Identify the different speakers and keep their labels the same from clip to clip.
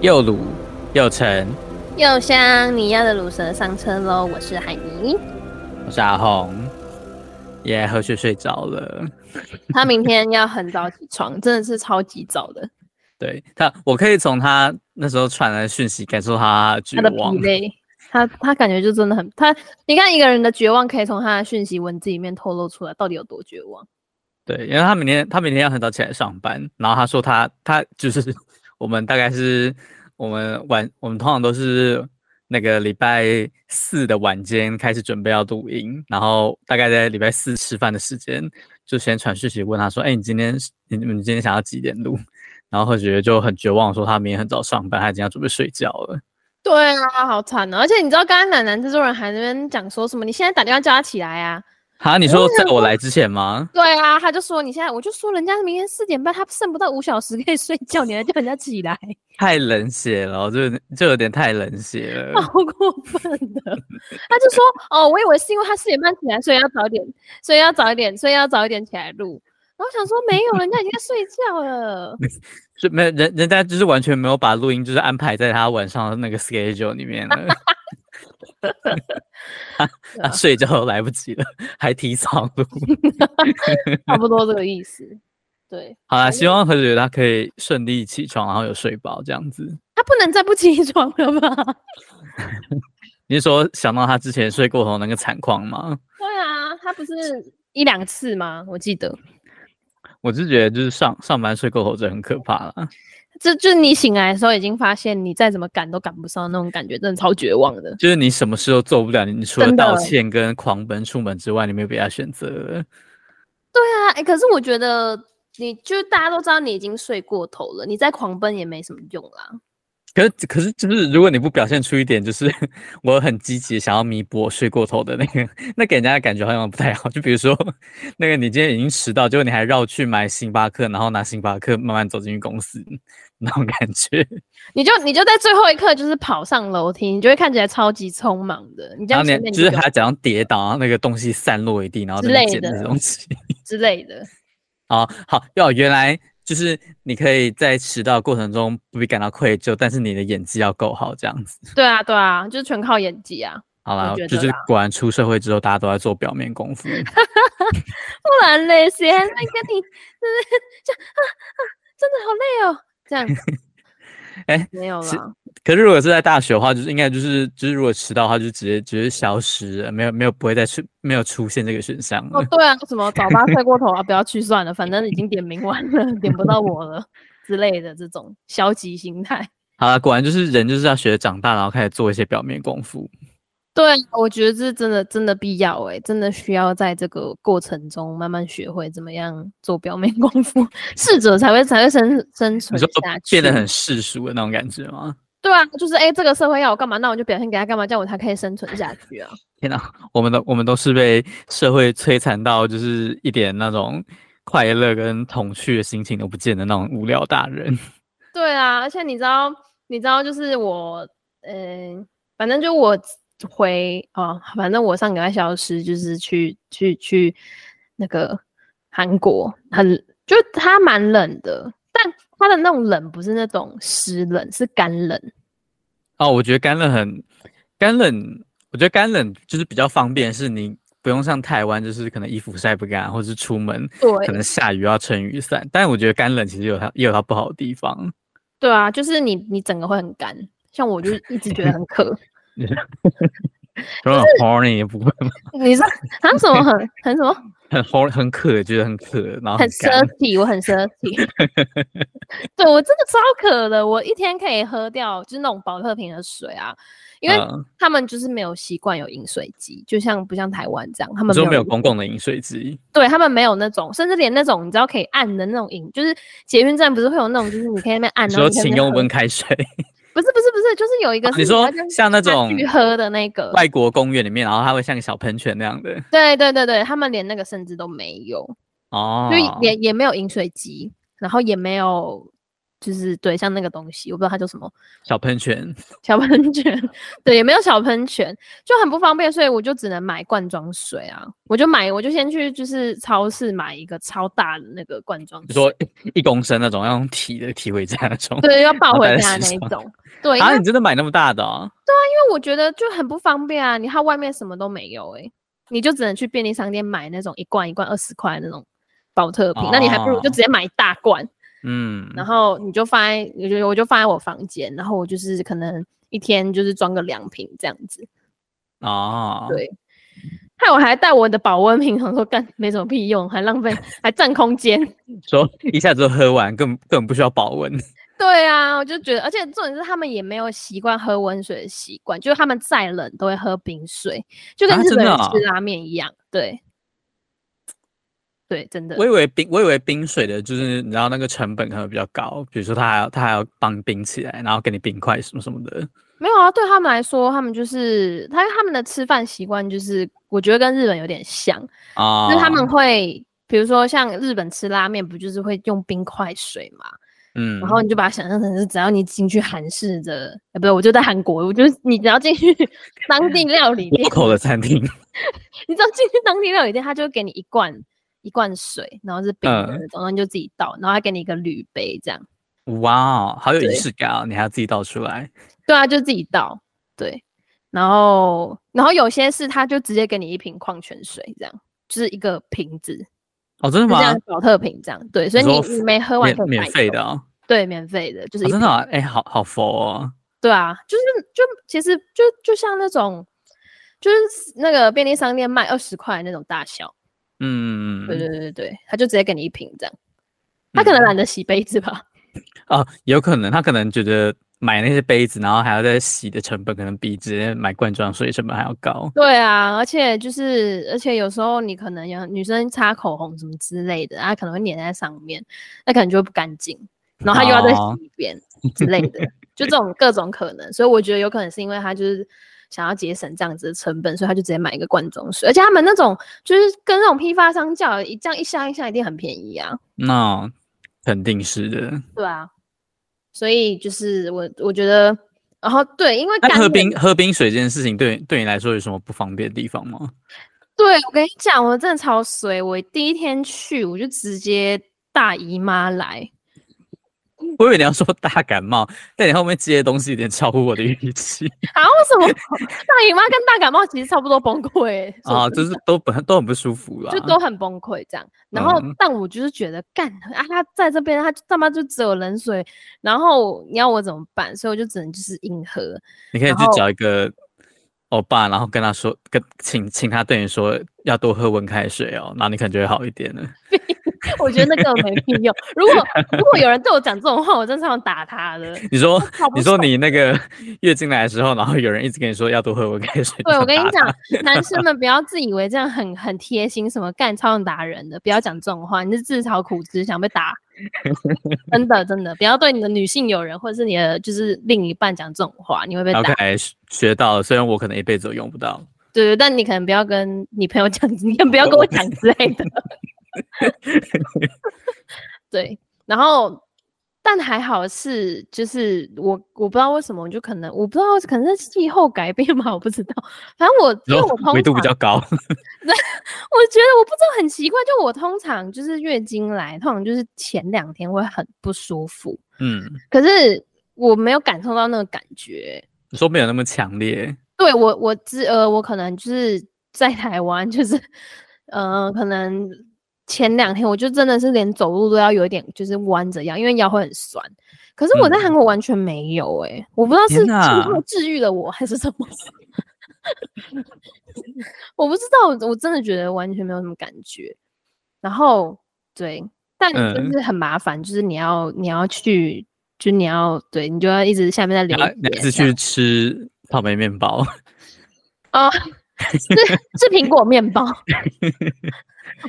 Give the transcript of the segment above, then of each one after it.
Speaker 1: 又卤又沉，
Speaker 2: 又香，你要的卤蛇上车喽！我是海尼，
Speaker 1: 我是阿红，也、喝水睡着了。
Speaker 2: 他明天要很早起床，真的是超级早的，
Speaker 1: 对他，我可以从他那时候传来的讯息感受他的绝
Speaker 2: 他的疲
Speaker 1: 望。
Speaker 2: 累，他他感觉就真的很他，你看一个人的绝望可以从他的讯息文字里面透露出来，到底有多绝望？
Speaker 1: 对，因为他明天他明天要很早起来上班，然后他说他他就是 我们大概是我们晚我们通常都是那个礼拜四的晚间开始准备要录音，然后大概在礼拜四吃饭的时间就先传讯息问他说，哎、你今天是你你今天想要几点录？然后何觉就很绝望地说他明天很早上班，他已经要准备睡觉了。
Speaker 2: 对啊，好惨哦！而且你知道，刚刚奶奶制作人还在那边讲说什么？你现在打电话叫他起来啊！
Speaker 1: 哈，你说在我来之前吗？
Speaker 2: 对啊，他就说你现在，我就说人家明天四点半，他剩不到五小时可以睡觉，你还叫人家起来，
Speaker 1: 太冷血了，就就有点太冷血了。
Speaker 2: 好过分的！他就说哦，我以为是因为他四点半起来，所以要早点，所以要早一点，所以要早一点起来录。然后想说没有，人家已经在睡觉了。
Speaker 1: 是没有人，人家就是完全没有把录音就是安排在他晚上的那个 schedule 里面 了。 啊他
Speaker 2: 啊
Speaker 1: 他睡觉都来不及了，还提早录。
Speaker 2: 差不多这个意思。对
Speaker 1: 好啦，
Speaker 2: 反
Speaker 1: 希望何姐他可以顺利起床，然后有睡饱这样子。
Speaker 2: 他不能再不起床了吧？
Speaker 1: 你是说想到他之前睡过头那个惨况吗？
Speaker 2: 对啊，他不是一两次吗？我记得，
Speaker 1: 我是觉得就是上上班睡过头真的很可怕啦。
Speaker 2: 这就是你醒来的时候已经发现，你再怎么赶都赶不上那种感觉，真的超绝望的。
Speaker 1: 就是你什么事都做不了，你除了
Speaker 2: 真的
Speaker 1: 道歉跟狂奔出门之外，你没有别的选择了。
Speaker 2: 对啊，哎、可是我觉得你就大家都知道你已经睡过头了，你再狂奔也没什么用啦。
Speaker 1: 可是，可是，就是如果你不表现出一点，就是 我很积极地想要弥补我睡过头的那个， 那给人家的感觉好像不太好。 就比如说，那个你今天已经迟到，结果你还绕去买星巴克，然后拿星巴克慢慢走进去公司， 那种感 觉。
Speaker 2: 你就你就在最后一刻就是跑上楼梯，你就会看起来超级匆忙的。你这
Speaker 1: 然
Speaker 2: 样
Speaker 1: 后
Speaker 2: 前
Speaker 1: 你
Speaker 2: 面
Speaker 1: 就是
Speaker 2: 就
Speaker 1: 还假装跌倒，然后那个东西散落一地，然后
Speaker 2: 之
Speaker 1: 在那边捡
Speaker 2: 类
Speaker 1: 那
Speaker 2: 的
Speaker 1: 东西。
Speaker 2: 之类的，
Speaker 1: 啊， 好哟，原来就是你可以在迟到过程中不必感到愧疚，但是你的演技要够好，这样子。
Speaker 2: 对啊对啊，就是全靠演技啊，
Speaker 1: 好
Speaker 2: 我
Speaker 1: 啦，
Speaker 2: 觉
Speaker 1: 就
Speaker 2: 得
Speaker 1: 是
Speaker 2: 啦
Speaker 1: 果然出社会之后，大家都在做表面功夫。
Speaker 2: 不然嘞，谁还在跟你就是 这样啊啊，真的好累哦，这样
Speaker 1: 哎
Speaker 2: 没有
Speaker 1: 是
Speaker 2: 啦，
Speaker 1: 可是如果是在大学的话，就是应该就是就是如果迟到的话，就直接直接消失了，没有没有不会再出没有出现这个选项了。
Speaker 2: 哦，对啊，什么早八睡过头啊，不要去算了，反正已经点名完了，点不到我了之类的这种消极心态。
Speaker 1: 好了，果然就是人就是要学着长大，然后开始做一些表面功夫。
Speaker 2: 对，啊我觉得这真的真的必要哎、真的需要在这个过程中慢慢学会怎么样做表面功夫， 适者才会才会生生
Speaker 1: 你
Speaker 2: 存
Speaker 1: 说
Speaker 2: 下去。
Speaker 1: 变得很世俗的那种感觉吗？
Speaker 2: 对啊，就是哎、这个社会要我干嘛，那我就表现给他干嘛，这样我才可以生存下去啊。
Speaker 1: 天哪，我们都我们都是被社会摧残到，就是一点那种快乐跟童趣的心情都不见的那种无聊大人。
Speaker 2: 对啊，而且你知道，你知道，就是我，嗯、反正就我回哦，反正我上个月消失，就是去去去那个韩国，很就它蛮冷的，但它的那种冷不是那种湿冷，是干冷。
Speaker 1: 哦，我觉得干冷很干冷，我觉得干冷就是比较方便，是你不用像台湾，就是可能衣服晒不干，啊或者是出门可
Speaker 2: 对
Speaker 1: 能下雨要撑雨伞。但我觉得干冷其实有它也有它不好的地方，
Speaker 2: 对啊，就是你你整个会很干，像我就一直觉得很渴，
Speaker 1: 就很 horny 的部分嘛，
Speaker 2: 你知道它什么很很什么
Speaker 1: 很 horny 很渴，觉得哦很渴，然后干
Speaker 2: 很奢。侈，我很奢侈。 对我真的超渴的，我一天可以喝掉就是那种保特瓶的水啊，因为
Speaker 1: 嗯
Speaker 2: 他们就是没有习惯有饮水机，就像不像台湾这样，他
Speaker 1: 你
Speaker 2: 们
Speaker 1: 说没有
Speaker 2: 饮
Speaker 1: 公共的饮水机，
Speaker 2: 对他们没有那种，甚至连那种你知道可以按的那种饮，就是捷运站不是会有那种，就是你可以在那边按，
Speaker 1: 你
Speaker 2: 然
Speaker 1: 说
Speaker 2: 后你可以在
Speaker 1: 请
Speaker 2: 那边
Speaker 1: 用
Speaker 2: 喝
Speaker 1: 温开水。
Speaker 2: 不是不是不是，就是有一个
Speaker 1: 啊
Speaker 2: 是
Speaker 1: 你说
Speaker 2: 要这样
Speaker 1: 像那
Speaker 2: 下
Speaker 1: 种
Speaker 2: 去喝的那个，
Speaker 1: 外国公园里面，然后它会像个小喷泉那样的
Speaker 2: 对对对对，他们连那个甚至都没有，
Speaker 1: 哦
Speaker 2: 就，也也没有饮水机，然后也没有就是对，像那个东西，我不知道它叫什么
Speaker 1: 小喷泉，
Speaker 2: 小
Speaker 1: 嗯
Speaker 2: 喷泉，对，也没有小喷泉，就很不方便，所以我就只能买罐装水啊，我就买，我就先去就是超市买一个超大的那个罐装
Speaker 1: 就
Speaker 2: 水，
Speaker 1: 说一公升那种，要用提的提回家那种。
Speaker 2: 对，要抱
Speaker 1: 后
Speaker 2: 回
Speaker 1: 带在
Speaker 2: 家
Speaker 1: 身
Speaker 2: 那一
Speaker 1: 上
Speaker 2: 种， 对，因为
Speaker 1: 啊，你真的买那么大的、哦？
Speaker 2: 因为我觉得就很不方便啊，你它外面什么都没有哎、你就只能去便利商店买那种一罐一罐二十块那种保特瓶，那你还不如就
Speaker 1: 哦
Speaker 2: 直接买一大罐，
Speaker 1: 嗯，
Speaker 2: 然后你就放在，我就我就放在我房间，然后我就是可能一天就是装个两瓶这样子，
Speaker 1: 哦，
Speaker 2: 对。害我还带我的保温瓶，想说干没什么屁用，还浪费，还占空间。
Speaker 1: 说一下子就喝完，根本根本不需要保温。
Speaker 2: 对啊，我就觉得，而且重点是他们也没有习惯喝温水的习惯，就是他们再冷都会喝冰水，就跟
Speaker 1: 啊
Speaker 2: 日
Speaker 1: 真的
Speaker 2: 本人
Speaker 1: 啊
Speaker 2: 吃拉面一样。对，对，真的
Speaker 1: 我。以为冰，我以为冰水的就是你知道那个成本可能比较高，比如说他还要他还要帮冰起来，然后给你冰块什么什么的。
Speaker 2: 没有啊，对他们来说，他们就是他他们的吃饭习惯，就是我觉得跟日本有点像，
Speaker 1: 啊、
Speaker 2: 就是他们会，比如说像日本吃拉面，不就是会用冰块水嘛？
Speaker 1: 嗯，
Speaker 2: 然后你就把它想象成是，只要你进去韩式的，呃，不对，我就在韩国，我就是你只要进去当 地料理店
Speaker 1: 路，口的餐厅，
Speaker 2: 你知道进去当地料理店，他就会给你一罐一罐水，然后是冰的
Speaker 1: 嗯
Speaker 2: 那种，然后你就自己倒，然后还给你一个铝杯这样。
Speaker 1: 哇哦，好有仪
Speaker 2: 对
Speaker 1: 式感、哦，你还要自己倒出来。
Speaker 2: 对啊，就自己倒。对，然后然后有些是他就直接给你一瓶矿泉水，这样就是一个瓶子，就
Speaker 1: 哦，真的
Speaker 2: 这
Speaker 1: 吗
Speaker 2: 样？保特瓶这样。对，所以
Speaker 1: 你
Speaker 2: 你
Speaker 1: 说
Speaker 2: 你没喝完可
Speaker 1: 免
Speaker 2: 以买
Speaker 1: 免
Speaker 2: 一
Speaker 1: 费
Speaker 2: 口
Speaker 1: 的、哦
Speaker 2: 对，免费的，就是
Speaker 1: 哦
Speaker 2: 一
Speaker 1: 真
Speaker 2: 瓶
Speaker 1: 的、哦，哎、好好佛哦。
Speaker 2: 对啊，就是就其实就就像那种。就是那个便利商店卖二十块那种大小，
Speaker 1: 嗯，
Speaker 2: 对对对对，他就直接给你一瓶这样，他可能
Speaker 1: 嗯
Speaker 2: 懒得洗杯子吧，
Speaker 1: 哦，有可能他可能觉得买那些杯子，然后还要再洗的成本，可能比直接买罐装水成本还要高。
Speaker 2: 对啊，而且就是，而且有时候你可能有女生擦口红什么之类的，她可能会粘在上面，那可能就会不干净，然后她又要再
Speaker 1: 哦
Speaker 2: 洗一遍之类的，就这种各种可能。所以我觉得有可能是因为她就是想要节省这样子的成本，所以她就直接买一个罐装水，而且他们那种就是跟那种批发商叫一这样一箱一箱一定很便宜啊，
Speaker 1: 那肯定是的。
Speaker 2: 对啊。所以就是我我觉得，然后对，因为
Speaker 1: 那
Speaker 2: 干
Speaker 1: 喝
Speaker 2: 冷
Speaker 1: 冰喝冰水这件事情对，对你来说有什么不方便的地方吗？
Speaker 2: 对，我跟你讲，我真的超衰。我第一天去，我就直接大姨妈来，嗯
Speaker 1: 我以为你要说大感冒，但你后面接的东西有点超乎我的预期
Speaker 2: 啊，为什么大姨妈跟大感冒其实差不多崩溃、欸？ 说
Speaker 1: 啊，
Speaker 2: 真
Speaker 1: 就是都本都很不舒服啦。
Speaker 2: 就都很崩溃这样。然后，
Speaker 1: 嗯
Speaker 2: 但我就是觉得干啊，他在这边，他就他妈就只有冷水，然后你要我怎么办？所以我就只能就是硬喝。
Speaker 1: 你可以
Speaker 2: 然
Speaker 1: 去
Speaker 2: 后
Speaker 1: 找一个欧巴，然后跟他说，跟请请他对你说要多喝温开水哦，然后你可能就会好一点了。
Speaker 2: 我觉得那个没屁用。如果如果有人对我讲这种话，我真的是想打他的。
Speaker 1: 你说
Speaker 2: 好不
Speaker 1: 你说
Speaker 2: 爽
Speaker 1: 你那个 月经来的时候，然后有人一直跟你说要多喝温开水。
Speaker 2: 对，我
Speaker 1: 想
Speaker 2: 跟你
Speaker 1: 打他，
Speaker 2: 讲，男生们不要自以为这样很很贴心，什么干超想打人的，不要讲这种话，你是自讨苦吃，想被 打。真的真的，不要对你的女性友人或者是你的就是另一半讲这种话，你会被打。
Speaker 1: OK，学学到了，虽然我可能一辈子都用不到。
Speaker 2: 对对，但你可能不要跟你朋友讲，你也不要跟我讲之类的。 对，然后但还好是，就是我我不知道为什么，我就可能我不知道，可能是气候改变嘛，我不知道。反正我因
Speaker 1: 然
Speaker 2: 为
Speaker 1: 后
Speaker 2: 我通常
Speaker 1: 哦纬度比较高，
Speaker 2: 我觉得我不知道很奇怪，就我通常就是月经来，通常就是前两天会很不舒服，
Speaker 1: 嗯，
Speaker 2: 可是我没有感受到那个感觉。
Speaker 1: 你说没有那么强烈，
Speaker 2: 对我，我之呃，我可能就是在台湾，就是呃，可能前两天我就真的是连走路都要有一点就是弯着腰，因为腰会很酸。可是我在韩国完全没有哎、我不知道是
Speaker 1: 嗯天哪
Speaker 2: 气候治愈了我还是什么，我不知道，我我真的觉得完全没有什么感觉。然后对，但就
Speaker 1: 嗯
Speaker 2: 是很麻烦，就是你要你要去，就你要对你就要一直下面在留
Speaker 1: 然后
Speaker 2: 言
Speaker 1: 你还是
Speaker 2: 这样
Speaker 1: 去吃草莓面包，
Speaker 2: 哦， 是是苹果面包，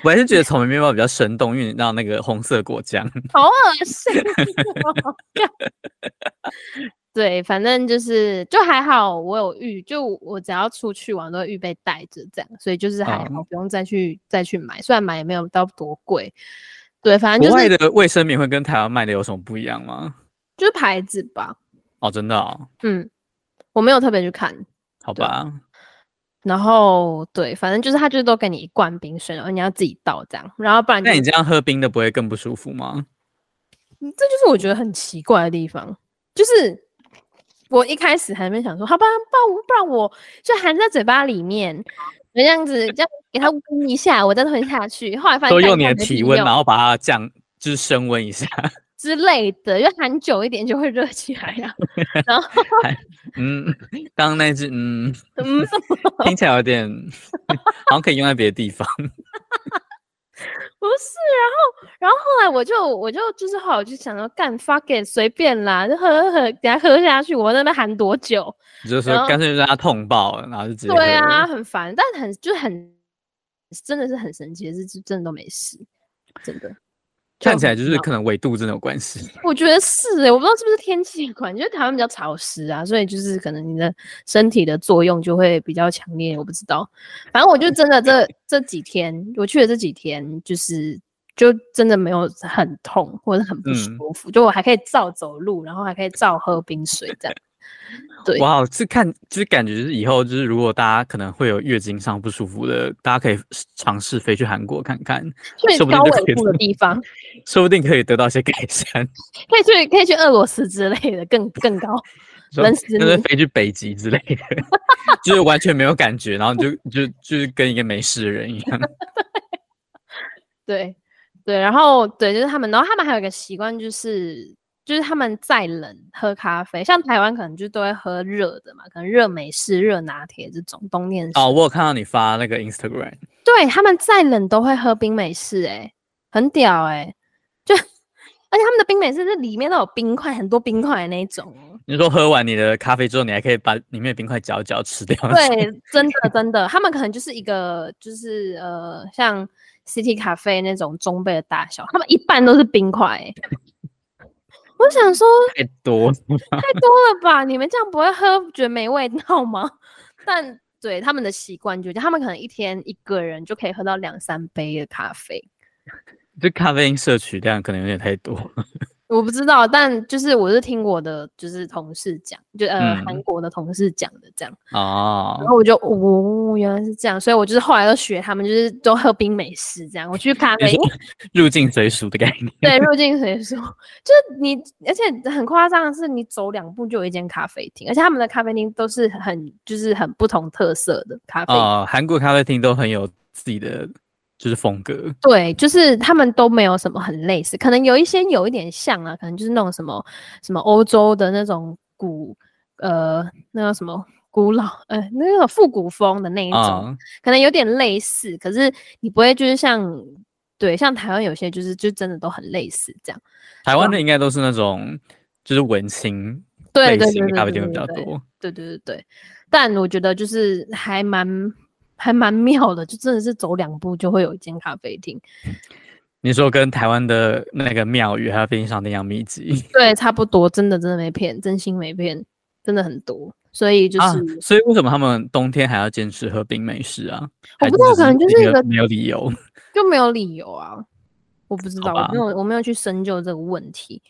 Speaker 1: 我还是觉得草莓面包比较生动，因为你知道那个红色果酱。
Speaker 2: 好恶心哦对，反正就是就还好，我有预，就我只要出去玩都会预备带着这样，所以就是还好，
Speaker 1: 嗯
Speaker 2: 不用再去再去买，虽然买也没有到多贵，对，反正
Speaker 1: 国
Speaker 2: 啊就
Speaker 1: 外
Speaker 2: 是
Speaker 1: 的卫生棉会跟台湾卖的有什么不一样吗？
Speaker 2: 就是牌子吧，
Speaker 1: 哦，真的哦，
Speaker 2: 嗯，我没有特别去看。
Speaker 1: 好
Speaker 2: 对
Speaker 1: 吧，
Speaker 2: 然后对，反正就是他就是都给你一罐冰水，然后你要自己倒这样，然后不然就
Speaker 1: 那
Speaker 2: 是
Speaker 1: 你这样喝冰的不会更不舒服吗？
Speaker 2: 这就是我觉得很奇怪的地方，就是我一开始还没想说，好吧，不然不然我就含在嘴巴里面，我这样子这样给它温一下，我再吞下去。后来发现
Speaker 1: 都
Speaker 2: 干
Speaker 1: 用你
Speaker 2: 这
Speaker 1: 的
Speaker 2: 样没屁
Speaker 1: 体温，
Speaker 2: 用
Speaker 1: 然后把它降，就是升温一下。
Speaker 2: 之类的，就含久一点就会热起来呀、然后
Speaker 1: 嗯，刚刚那只嗯，
Speaker 2: 嗯，
Speaker 1: 听起来有点， 好像可以用在别的地方。
Speaker 2: 不是，然后然后后来我就我就就是后来我就想说，干 fuck it，随便啦，就喝喝喝，给它喝下去，我在那边含多久？
Speaker 1: 你就说
Speaker 2: 然后
Speaker 1: 干脆就让它痛爆了，然后就直接
Speaker 2: 对
Speaker 1: 喝了
Speaker 2: 啊，，很烦，但很就很真的是很神奇的是，就真的都没事，真的。
Speaker 1: 看起来就是
Speaker 2: 很妙
Speaker 1: 可能纬度真的有关系。
Speaker 2: 我觉得是诶、我不知道是不是天气的关系，因为台湾比较潮湿啊，所以就是可能你的身体的作用就会比较强烈，我不知道。反正我就真的这这几天，我去的这几天，就是就真的没有很痛或者很不
Speaker 1: 嗯
Speaker 2: 舒服，就我还可以照走路，然后还可以照喝冰水这样。对
Speaker 1: 哇，这看就是感觉就是以后就是如果大家可能会有月经上不舒服的，大家可以试尝试飞去韩国看看，
Speaker 2: 去
Speaker 1: 说不定
Speaker 2: 高
Speaker 1: 就可
Speaker 2: 纬
Speaker 1: 以
Speaker 2: 度的地方，
Speaker 1: 说不定可以得到一些改善。
Speaker 2: 可以去可以去俄罗斯之类的，更更高。
Speaker 1: 说
Speaker 2: 冷死
Speaker 1: 就是
Speaker 2: 你
Speaker 1: 飞去北极之类的， 就是完全没有感觉，然后你就就就是跟一个没事的人一样。
Speaker 2: 对对，然后对，就是他们，然后他们还有一个习惯，就是就是他们再冷喝咖啡，像台湾可能就都会喝热的嘛，可能热美式、热拿铁这种冬天是
Speaker 1: 哦，我有看到你发那个 Instagram，
Speaker 2: 对他们再冷都会喝冰美式、欸，很屌哎、就而且他们的冰美式是里面都有冰块，很多冰块的那一种哦。
Speaker 1: 你说喝完你的咖啡之后，你还可以把里面的冰块嚼一嚼吃掉。
Speaker 2: 对，真的真的，他们可能就是一个就是呃，像 City 咖啡那种中杯的大小，他们一半都是冰块、欸。 我想说，
Speaker 1: 太多了，
Speaker 2: 太多了吧？你们这样不会喝，觉得没味道吗？ 但对他们的习惯就这样，他们可能一天一个人就可以喝到两三杯的咖啡。
Speaker 1: 这咖啡因摄取量可能有点太多了。
Speaker 2: 我不知道，但就是我是听我的就是同事讲，就呃
Speaker 1: 嗯
Speaker 2: 韩、国的同事讲的这样，
Speaker 1: 哦
Speaker 2: 然，后我就哦原来是这样，所以我就是后来都学他们，就是都喝冰美式这样。我去咖
Speaker 1: 你
Speaker 2: 啡因
Speaker 1: 说入境随俗的概念。
Speaker 2: 对，入境随俗， 就是你，而且很夸张的是，你走两步就有一间咖啡厅，而且他们的咖啡厅都是很就是很不同特色的咖啡厅
Speaker 1: 哦，韩国咖啡厅都很有自己的就是风格。
Speaker 2: 对，就是他们都没有什么很类似，可能有一些有一点像啊，可能就是那种什么什么欧洲的那种古呃那叫什么古老呃那个复古风的那一种，
Speaker 1: 啊、
Speaker 2: 可能有点类似，可是你不会就是像对像台湾有些就是就真的都很类似这样。
Speaker 1: 台湾的应该都是那种就是文青
Speaker 2: 对
Speaker 1: 类
Speaker 2: 对对
Speaker 1: 型的
Speaker 2: 对
Speaker 1: 咖啡
Speaker 2: 对
Speaker 1: 店
Speaker 2: 对
Speaker 1: 会比较
Speaker 2: 对
Speaker 1: 多。
Speaker 2: 对对对对，但我觉得就是还蛮还蛮妙的，就真的是走两步就会有一间咖啡厅。
Speaker 1: 你说跟台湾的那个庙宇还有便利商店一样密集
Speaker 2: 对，差不多，真的真的没骗，真心没骗，真的很多。所以就是、
Speaker 1: 啊，所以为什么他们冬天还要坚持喝冰美式啊？
Speaker 2: 我
Speaker 1: 还
Speaker 2: 不知道
Speaker 1: 只
Speaker 2: 可能就是
Speaker 1: 一
Speaker 2: 一
Speaker 1: 个
Speaker 2: 个
Speaker 1: 没有理由。
Speaker 2: 就没有理由啊，我不知
Speaker 1: 好
Speaker 2: 道，我
Speaker 1: 吧
Speaker 2: 没有我没有去深究这个问题。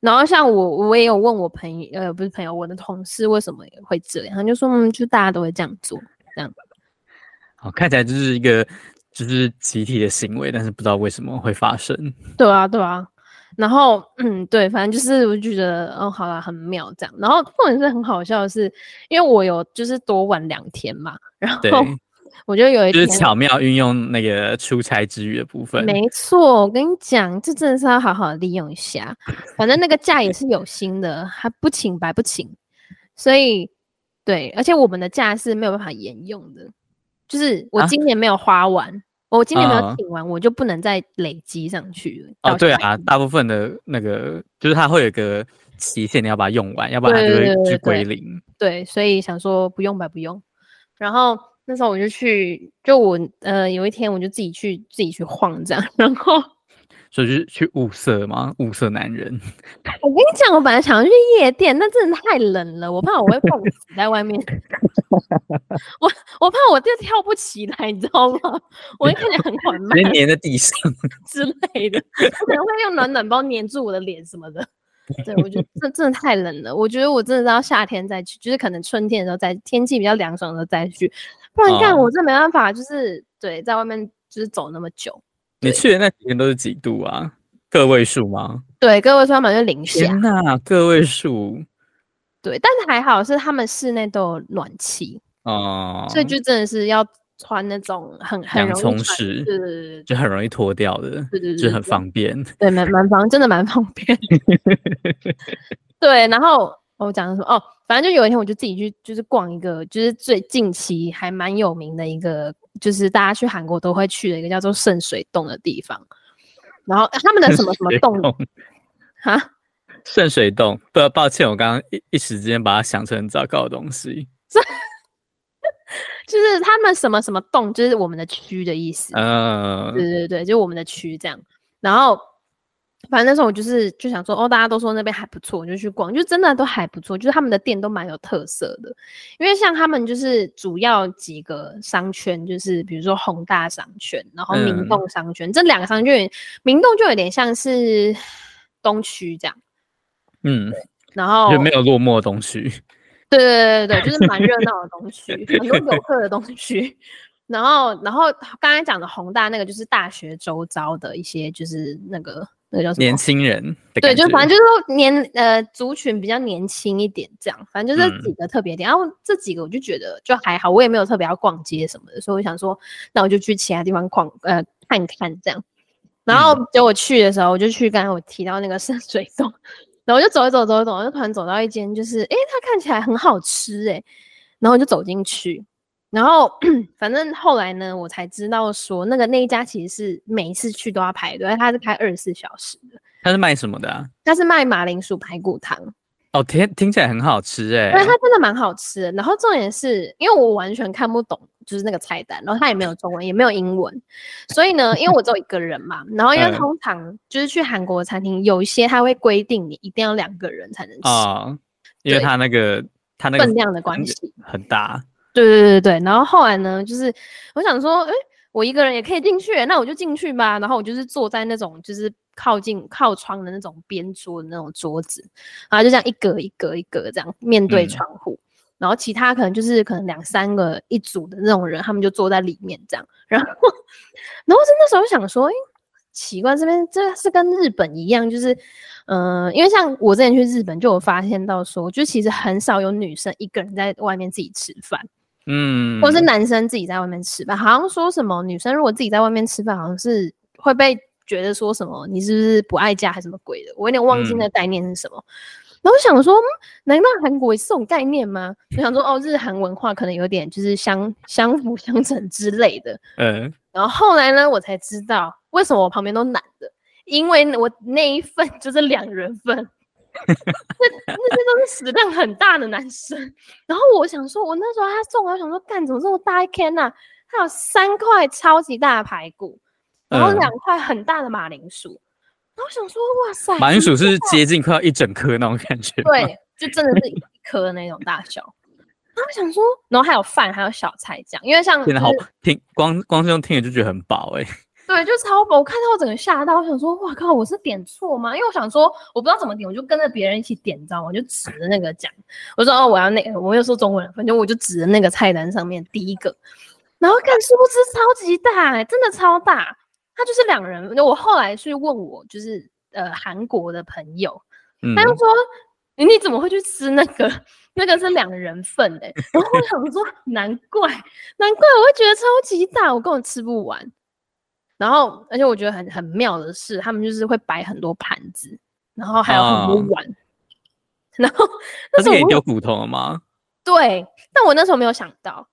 Speaker 2: 然后像我，我也有问我朋友，呃，不是朋友，我的同事为什么会这样，他就说，嗯，就大家都会这样做，
Speaker 1: 好，哦看起来就是一个就是集体的行为，但是不知道为什么会发生。
Speaker 2: 对啊，对啊。然后，嗯，对，反正就是我就觉得，哦，好啦，很妙这样。然后重点是很好笑的是，因为我有就是多玩两天嘛，然
Speaker 1: 对，
Speaker 2: 后我就有一
Speaker 1: 就是
Speaker 2: 哦天
Speaker 1: 巧妙运用那个出差之余的部分。
Speaker 2: 没错，我跟你讲，这真的是要好好利用一下。反正那个假也是有薪的，还不请白不请。所以，对，而且我们的假是没有办法沿用的，就是我
Speaker 1: 啊
Speaker 2: 今年没有花完，我今年没
Speaker 1: 嗯
Speaker 2: 有请完，我就不能再累积上去了。
Speaker 1: 哦，
Speaker 2: 到
Speaker 1: 对
Speaker 2: 下
Speaker 1: 啊，
Speaker 2: 一年
Speaker 1: 大部分的那个就是它会有一个期限，你要把它用完，要不然它就
Speaker 2: 对对
Speaker 1: 会去
Speaker 2: 对
Speaker 1: 归
Speaker 2: 对
Speaker 1: 零。
Speaker 2: 对，所以想说不用白不用。然后那时候我 就去，就我呃有一天我就自己去自己去晃这样，然后
Speaker 1: 所以就是去物色嘛，物色男人。
Speaker 2: 我跟你讲，我本来想要去夜店，但真的太冷了，我怕我会冻死在外面。我我怕我就跳不起来，你知道吗？我会看起来很缓 慢
Speaker 1: 直接粘在地上，
Speaker 2: 之类的，我可能会用暖暖包粘住我的脸什么的。对，我觉得这真的太冷了。我觉得我真的是要夏天再去，就是可能春天的时候再，天气比较凉爽的时候再去，不然干
Speaker 1: 哦
Speaker 2: 我真没办法，就是对，在外面就是走那么久。
Speaker 1: 你去的那几天都是几度啊？个位数吗？
Speaker 2: 对，各位说他们就零下，
Speaker 1: 天呐，个位数
Speaker 2: 对，但是还好是他们室内都有暖气，
Speaker 1: 哦，
Speaker 2: 所以就真的是要穿那种很很
Speaker 1: 洋
Speaker 2: 容易
Speaker 1: 葱
Speaker 2: 穿
Speaker 1: 式
Speaker 2: 对对对对
Speaker 1: 就很容易脱掉的，
Speaker 2: 对对
Speaker 1: 就
Speaker 2: 对，
Speaker 1: 很
Speaker 2: 对
Speaker 1: 方便。
Speaker 2: 对，蛮蛮方，真的蛮方便。对，然后我讲的什么？哦，反正就有一天我就自己去，就是逛一个，就是最近期还蛮有名的一个，就是大家去韩国都会去的一个叫做圣水洞的地方。然后啊他们的什么什么
Speaker 1: 水
Speaker 2: 洞啊？
Speaker 1: 圣水洞，不，抱歉，我刚刚一一时之间把它想成很糟糕的东西。
Speaker 2: 就是他们什么什么洞，就是我们的区的意思。
Speaker 1: 呃，
Speaker 2: 对对对，就我们的区这样。然后，反正那时候我就是就想说，哦，大家都说那边还不错，我就去逛，就真的都还不错，就是他们的店都蛮有特色的。因为像他们就是主要几个商圈，就是比如说宏大商圈，然后明
Speaker 1: 嗯
Speaker 2: 洞商圈，这两个商圈有点，明洞就有点像是东区这样。
Speaker 1: 嗯，
Speaker 2: 然后
Speaker 1: 就没有落寞的东西。
Speaker 2: 对对对对，对，就是蛮热闹的东区，很多游客的东区。 然后，然后刚才讲的宏大那个，就是大学周遭的一些，就是那个那个叫什么
Speaker 1: 年？轻人的
Speaker 2: 对，
Speaker 1: 感
Speaker 2: 就
Speaker 1: 觉，
Speaker 2: 是反正就是说年呃族群比较年轻一点，这样，反正就这
Speaker 1: 嗯
Speaker 2: 几个特别点。然后这几个我就觉得就还好，我也没有特别要逛街什么的，所以我想说，那我就去其他地方逛呃看看这样。然后
Speaker 1: 嗯
Speaker 2: 结果去的时候，我就去刚才我提到那个圣水洞，然后我就走一走走一走，我就突然走到一间就是诶，它看起来很好吃诶，然后我就走进去。然后，反正后来呢，我才知道说，那个那一家其实是每一次去都要排队，它是开二十四小时的。
Speaker 1: 他是卖什么的啊？
Speaker 2: 它是卖马铃薯排骨汤，
Speaker 1: 哦，听听起来很好吃哎、
Speaker 2: 对，它真的蛮好吃的。然后重点是因为我完全看不懂，就是那个菜单，然后它也没有中文，也没有英文，所以呢，因为我只有一个人嘛，然后因 为
Speaker 1: 嗯
Speaker 2: 通常就是去韩国的餐厅，有一些它会规定你一定要两个人才能吃，
Speaker 1: 哦，因为
Speaker 2: 对
Speaker 1: 他那个他那个
Speaker 2: 分量的关
Speaker 1: 感觉
Speaker 2: 系。
Speaker 1: 很大，
Speaker 2: 对对对对，然后后来呢，就是我想说，哎、我一个人也可以进去，那我就进去吧。然后我就是坐在那种就是靠近靠窗的那种边桌的那种桌子，然后就这样一格一格一格这样面对
Speaker 1: 嗯
Speaker 2: 窗户。然后其他可能就是可能两三个一组的那种人，他们就坐在里面这样。然后，然后是那时候想说，哎、奇怪，这边这是跟日本一样，就是，嗯、因为像我之前去日本就有发现到说，就其实很少有女生一个人在外面自己吃饭。
Speaker 1: 嗯，
Speaker 2: 或是男生自己在外面吃饭，好像说什么女生如果自己在外面吃饭，好像是会被觉得说什么你是不是不爱家还是什么鬼的，我有点忘记
Speaker 1: 嗯
Speaker 2: 那个概念是什么。然后我想说，嗯难道韩国也是这种概念吗？我想说，哦，日韩文化可能有点就是相相辅相成之类的。
Speaker 1: 呃，
Speaker 2: 然后后来呢，我才知道为什么我旁边都男的，因为我那一份 就是两人份， 那那些都是食量很大的男生。然后我想说，我那时候他送我，我想说，干怎么这么大一 can 啊？他有三块超级大的排骨，然后
Speaker 1: 嗯
Speaker 2: 两块很大的马铃薯。然后我想说，哇塞，
Speaker 1: 马铃薯
Speaker 2: 怎么
Speaker 1: 是接近快要一整颗那种感觉，，
Speaker 2: 对，就真的是一颗那种大小。 然后我想说，然后还有饭，还有小菜这样，因为像
Speaker 1: 真的
Speaker 2: 就
Speaker 1: 好
Speaker 2: 是
Speaker 1: 听，光光是用听着就觉得很饱哎、
Speaker 2: 对，就超饱。我看到我整个吓到，我想说，哇靠，我是点错吗？因为我想说，我不知道怎么点，我就跟着别人一起点，你知道吗？我就指着那个讲，我说哦，我要那个，我没有说中文，反正我就指着那个菜单上面第一个。然后看，殊不知超级大、欸，真的超大。它就是两人。那我后来去问我就是呃韩国的朋友，
Speaker 1: 嗯
Speaker 2: 他，就说：“你怎么会去吃那个？那个是两人份的、然后我想说，难怪，难怪我会觉得超级大，我根本吃不完。然后，而且我觉得很很妙的是，他们就是会摆很多盘子，然后还有很多
Speaker 1: 啊
Speaker 2: 碗。 然后那
Speaker 1: 他
Speaker 2: 时
Speaker 1: 是
Speaker 2: 候
Speaker 1: 给你
Speaker 2: 我
Speaker 1: 丢骨头了吗？
Speaker 2: 对，但我那时候没有想到，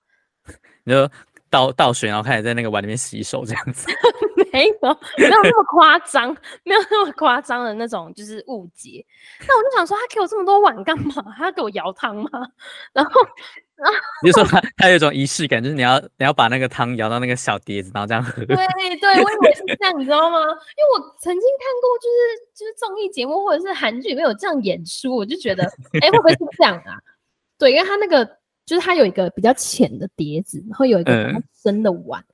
Speaker 1: 你就倒倒水，然后开始在那个碗里面洗手这样子，
Speaker 2: 没有没有那么夸张，没有那么夸张的那种就是误解。那我就想说，他给我这么多碗干嘛？他要给我舀汤吗？ 然后
Speaker 1: 你就说它它有一种仪式感，就是你要你要把那个汤舀到那个小碟子，然后这样喝。
Speaker 2: 对对，我以为是这样，你知道吗？因为我曾经看过，就是就是综艺节目或者是韩剧里面有这样演出，我就觉得，哎、会不会是这样啊？对，因为他那个就是他有一个比较浅的碟子，然后有一个比较
Speaker 1: 嗯
Speaker 2: 深的碗。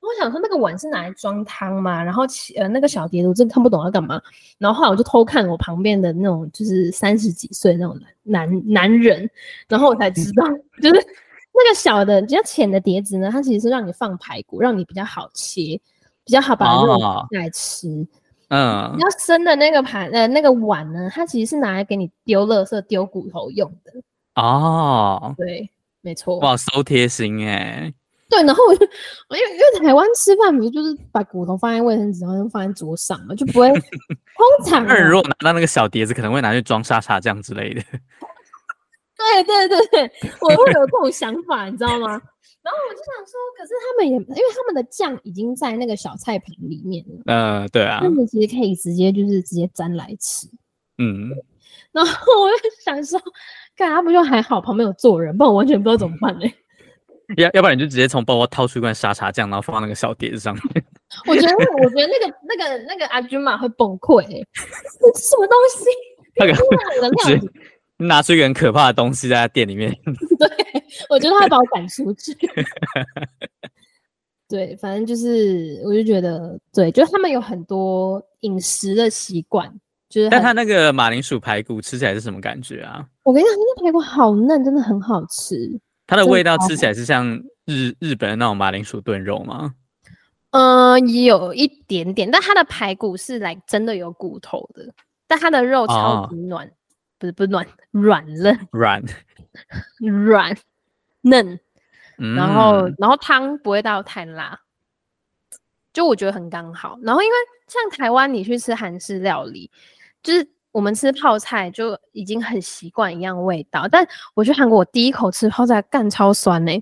Speaker 2: 我想说那个碗是拿来装汤吗？然后其呃那个小碟子我真的看不懂要干嘛。然后后来我就偷看我旁边的那种就是三十几岁那种男男男人，然后我才知道，
Speaker 1: 嗯
Speaker 2: 就是那个小的比较浅的碟子呢，它其实是让你放排骨，让你比较好切，比较好把肉
Speaker 1: 哦
Speaker 2: 来吃。
Speaker 1: 嗯
Speaker 2: 比，较深的那个盘呃那个碗呢，它其实是拿来给你丢垃圾、丢骨头用的。
Speaker 1: 哦，
Speaker 2: 对，没错。
Speaker 1: 哇，so 贴心 哎、
Speaker 2: 对，然后我就，我因为因为台湾吃饭不是就是把骨头放在卫生纸，然后放在桌上嘛，就不 会。通常、
Speaker 1: 那
Speaker 2: 啊
Speaker 1: 人，如果拿到那个小碟子，可能会拿去装沙茶酱之类的。
Speaker 2: 对对对对，我会有这种想法，你知道吗？然后我就想说，可是他们也，因为他们的酱已经在那个小菜盘里面了，
Speaker 1: 嗯，对啊
Speaker 2: 他，们其实可以直接就是直接沾来吃。
Speaker 1: 嗯，
Speaker 2: 然后我就想说，干他不就还好，旁边有坐人，不然我完全不知道怎么办呢、
Speaker 1: 要要不然你就直接从包包掏出一罐沙茶酱，然后放到那个小碟子上面。
Speaker 2: 我觉得，我觉得那个那个那个阿君玛会崩溃、欸， 这是什么东西？
Speaker 1: 那个
Speaker 2: 这是我的料理
Speaker 1: 直拿出一个很可怕的东西在他店里面，
Speaker 2: 我觉得他会把我赶出去。 对，反正就是，我就觉得，对，就是他们有很多饮食的习惯，就是
Speaker 1: 但
Speaker 2: 很。
Speaker 1: 他那个马铃薯排骨吃起来是什么感觉啊？
Speaker 2: 我跟你讲，那个排骨好嫩，真的很好吃。
Speaker 1: 它的
Speaker 2: 真的哦
Speaker 1: 味道
Speaker 2: 超
Speaker 1: 吃起来是像日日本的那种马铃薯炖肉吗？
Speaker 2: 呃，有一点点，但它的排骨是来真的有骨头的，但它的肉超
Speaker 1: 啊
Speaker 2: 级软，不是不是软，软嫩
Speaker 1: 软，
Speaker 2: 软嫩，
Speaker 1: 嗯、
Speaker 2: 然后、然后汤不会到太辣，就我觉得很刚好。然后因为像台湾你去吃韩式料理，就是我们吃泡菜就已经很习惯一样味道，但我去韩国我第一口吃泡菜干超酸呢、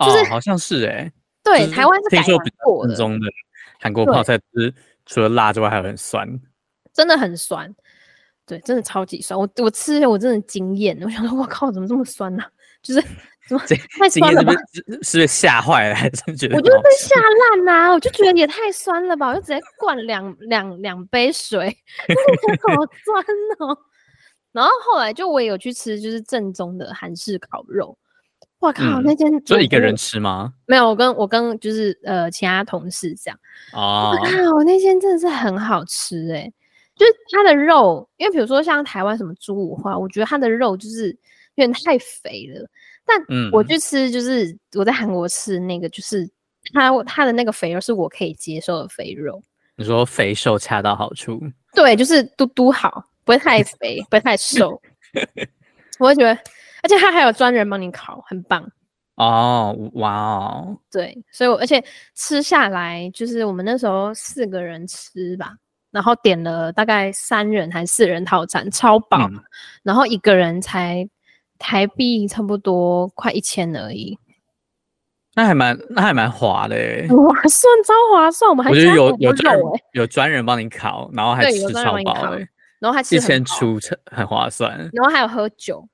Speaker 1: 哦，好像是哎、
Speaker 2: 对，
Speaker 1: 就是
Speaker 2: 台湾是
Speaker 1: 听
Speaker 2: 改
Speaker 1: 说
Speaker 2: 良
Speaker 1: 比较
Speaker 2: 过
Speaker 1: 正
Speaker 2: 的，
Speaker 1: 宗的韩国
Speaker 2: 对
Speaker 1: 泡菜汁，除了辣之外还有很酸。
Speaker 2: 真的很酸，对，真的超级酸。我我吃了我真的惊艳，我想说我靠，怎么这么酸呢、就是 怎么
Speaker 1: 这
Speaker 2: 太
Speaker 1: 今天
Speaker 2: 酸了
Speaker 1: 是
Speaker 2: 吧
Speaker 1: 不？是是是被吓坏了，还是觉得
Speaker 2: 我
Speaker 1: 很
Speaker 2: 就是
Speaker 1: 好
Speaker 2: 被
Speaker 1: 吃
Speaker 2: 吓烂啦、我就觉得也太酸了吧，我就直接灌两两两杯水， 真的好酸哦。然后后来就我也有去吃，就是正宗的韩式烤肉。哇靠，
Speaker 1: 嗯
Speaker 2: 那间
Speaker 1: 就
Speaker 2: 我
Speaker 1: 一个
Speaker 2: 真的
Speaker 1: 人吃吗？
Speaker 2: 没有，我跟我跟就是呃其他同事这样。
Speaker 1: 哦
Speaker 2: 我，靠，那间真的是很好吃哎、就是它的肉，因为比如说像台湾什么猪五花，我觉得它的肉就是有点太肥了。但
Speaker 1: 嗯，
Speaker 2: 我去吃，就是我在韩国吃那个，就是它它的那个肥肉是我可以接受的肥肉，
Speaker 1: 你说肥瘦恰到好处，
Speaker 2: 对，就是嘟嘟好，不会太肥，不会太瘦。我会觉得，而且它还有专人帮你烤，很棒。
Speaker 1: 哦，哇哦，
Speaker 2: 对，所以我而且吃下来，就是我们那时候四个人吃吧，然后点了大概三人还是四人套餐，超饱，
Speaker 1: 嗯
Speaker 2: 然后一个人才台币差不多快一千而已，
Speaker 1: 那还蛮那还蛮滑的欸。
Speaker 2: 很 划算，超划算。嗯我们还
Speaker 1: 我觉
Speaker 2: 加
Speaker 1: 得有
Speaker 2: 很
Speaker 1: 有
Speaker 2: 多
Speaker 1: 专人
Speaker 2: 肉哎、
Speaker 1: 有专人帮你烤，然后还
Speaker 2: 对
Speaker 1: 吃
Speaker 2: 有专人
Speaker 1: 超
Speaker 2: 帮你
Speaker 1: 饱
Speaker 2: 烤
Speaker 1: 欸，
Speaker 2: 然后还吃
Speaker 1: 一
Speaker 2: 很
Speaker 1: 千
Speaker 2: 饱，
Speaker 1: 出这很划算。
Speaker 2: 然后还有喝酒，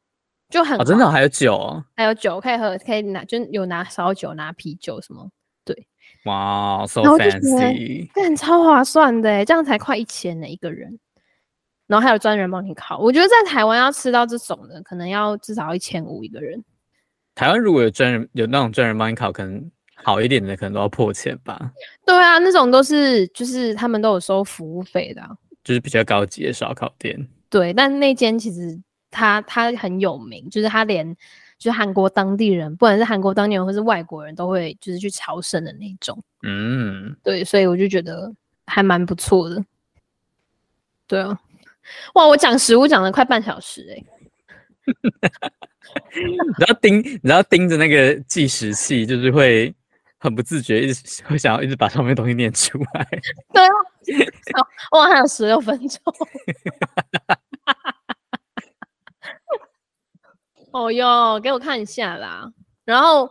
Speaker 2: 就很
Speaker 1: 哦，真
Speaker 2: 划
Speaker 1: 的哦还有酒哦，
Speaker 2: 还有酒可以喝，可以拿就有拿烧酒、拿啤酒什么，
Speaker 1: 哇，so 哦
Speaker 2: 然后就觉得
Speaker 1: fancy，
Speaker 2: 干超划算的欸，这样才快一千呢一个人。然后还有专人帮你烤，我觉得在台湾要吃到这种的，可能要至少一千五一个人。
Speaker 1: 台湾如果有专人有那种专人帮你烤，可能好一点的可能都要破千吧，
Speaker 2: 对啊，那种都是就是他们都有收服务费的啊、
Speaker 1: 就是比较高级的烧烤店。
Speaker 2: 对，但那间其实它它很有名，就是它连就是韩国当地人，不管是韩国当地人或是外国人都会就是去朝圣的那种。
Speaker 1: 嗯，
Speaker 2: 对，所以我就觉得还蛮不错的。对啊，哇，我讲食物讲了快半小时哎、
Speaker 1: 你要盯，你要盯着那个计时器，就是会很不自觉，一直会想要一直把上面的东西念出来。
Speaker 2: 对啊，哇，还有十六分钟。哦哟，给我看一下啦。然后，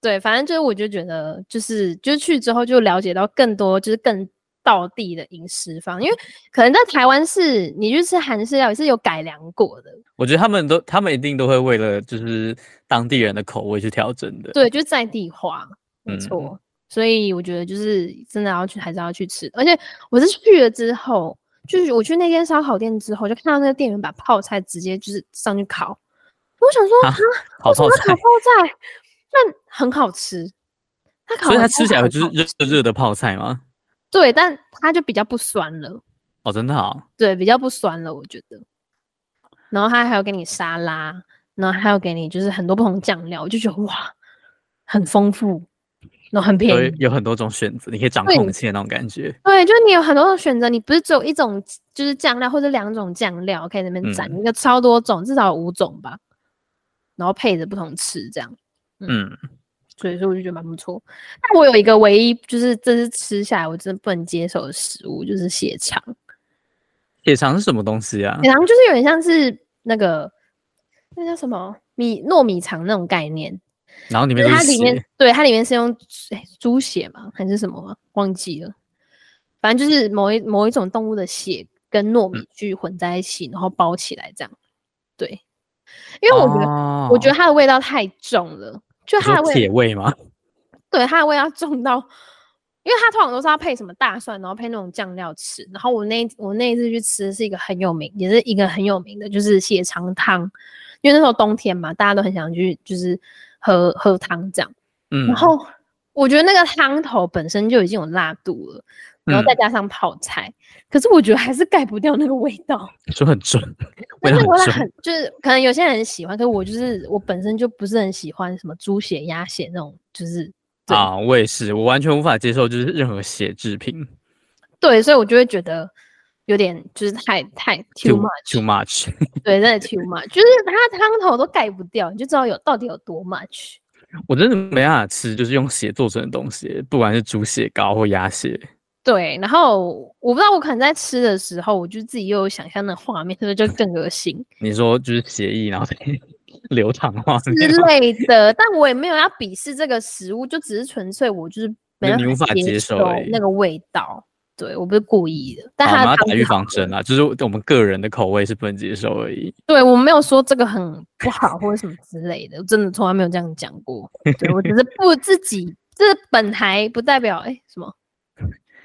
Speaker 2: 对，反正就是我就觉得，就是就是去之后就了解到更多，就是更道地的饮食方，因为可能在台湾是你去吃韩式料理是有改良过的，
Speaker 1: 我觉得他们都，他们一定都会为了就是当地人的口味去调整的。
Speaker 2: 对，就是在地化，没
Speaker 1: 嗯
Speaker 2: 错。所以我觉得就是真的要去，还是要去吃。而且我是去了之后，就是我去那间烧烤店之后，就看到那个店员把泡菜直接就是上去烤，我想说
Speaker 1: 啊
Speaker 2: 啊，
Speaker 1: 烤
Speaker 2: 为什
Speaker 1: 泡
Speaker 2: 么要
Speaker 1: 菜
Speaker 2: 烤，泡菜？但很好吃，它烤
Speaker 1: 所以它
Speaker 2: 完泡
Speaker 1: 吃起来
Speaker 2: 很
Speaker 1: 就是
Speaker 2: 好
Speaker 1: 热热的泡菜吗？
Speaker 2: 对，但它就比较不酸了，
Speaker 1: 哦，真的哦，
Speaker 2: 对，比较不酸了，我觉得。然后它还有给你沙拉，然后还有给你就是很多不同酱料，我就觉得哇，很丰富，然后很便
Speaker 1: 有
Speaker 2: 宜。
Speaker 1: 有很多种选择，你可以掌
Speaker 2: 对
Speaker 1: 控
Speaker 2: 你
Speaker 1: 一切那种感觉。
Speaker 2: 对，就是你有很多种选择，你不是只有一种就是酱料或者两种酱料可以在那边蘸，
Speaker 1: 嗯
Speaker 2: 一个超多种，至少有五种吧，然后配着不同吃这样，
Speaker 1: 嗯，
Speaker 2: 所以说我就觉得蛮不错。但我有一个唯一就是这次吃下来我真的不能接受的食物就是血肠，
Speaker 1: 嗯血肠是什么东西啊？
Speaker 2: 血肠就是有点像是那个那叫什么米糯米肠那种概念，
Speaker 1: 然后里
Speaker 2: 就
Speaker 1: 面
Speaker 2: 是
Speaker 1: 都
Speaker 2: 它
Speaker 1: 是
Speaker 2: 里
Speaker 1: 血
Speaker 2: 面，对它里面是用哎猪血吗？还是什么吗？忘记了，反正就是某一某一种动物的血跟糯
Speaker 1: 嗯
Speaker 2: 米去混在一起，然后包起来这样。对，因为我觉得、
Speaker 1: 得
Speaker 2: 我觉得它的味道太重了，就它的味
Speaker 1: 哦铁味吗？
Speaker 2: 对，它的味道重到，因为它通常都是要配什么大蒜，然后配那种酱料吃。然后我那一我那一次去吃是一个很有名，也是一个很有名的，就是血肠汤。因为那时候冬天嘛，大家都很想去，就是喝喝汤这样。
Speaker 1: 嗯，
Speaker 2: 然后我觉得那个汤头本身就已经有辣度了，然后
Speaker 1: 嗯
Speaker 2: 再加上泡菜，可是我觉得还是盖不掉那个味道。
Speaker 1: 就很重，
Speaker 2: 那
Speaker 1: 味
Speaker 2: 那
Speaker 1: 道
Speaker 2: 个味道
Speaker 1: 重。
Speaker 2: 很就是可能有些人喜欢，可是我就是我本身就不是很喜欢什么猪血、鸭血那种，就是对
Speaker 1: 啊，我也是，我完全无法接受就是任何血制品
Speaker 2: 对，所以我就会觉得有点就是太太 too
Speaker 1: too
Speaker 2: much，
Speaker 1: much。
Speaker 2: 对，真的 too much，就是它汤头都盖不掉，你就知道有到底有多 much。
Speaker 1: 我真的没办法吃，就是用血做成的东西，不管是猪血糕或鸭血。
Speaker 2: 对，然后我不知道我可能在吃的时候，我就自己又有想象那画面，所以就更恶心
Speaker 1: 你说就是血液，然后再 流淌化
Speaker 2: 之
Speaker 1: 面，
Speaker 2: 类的。但我也没有要鄙视这个食物，就只是纯粹我就是没
Speaker 1: 就你
Speaker 2: 办
Speaker 1: 无法接
Speaker 2: 接
Speaker 1: 受而已
Speaker 2: 那个味道。对，我不是故意的，但
Speaker 1: 好我
Speaker 2: 它
Speaker 1: 们要
Speaker 2: 的汤
Speaker 1: 打预
Speaker 2: 是好
Speaker 1: 防针啦，就是我们个人的口味是不能接受而已。
Speaker 2: 对我没有说这个很不好或者什么之类的，我真的从来没有这样讲 过。对我只是不自己，这本台不代表哎、什么？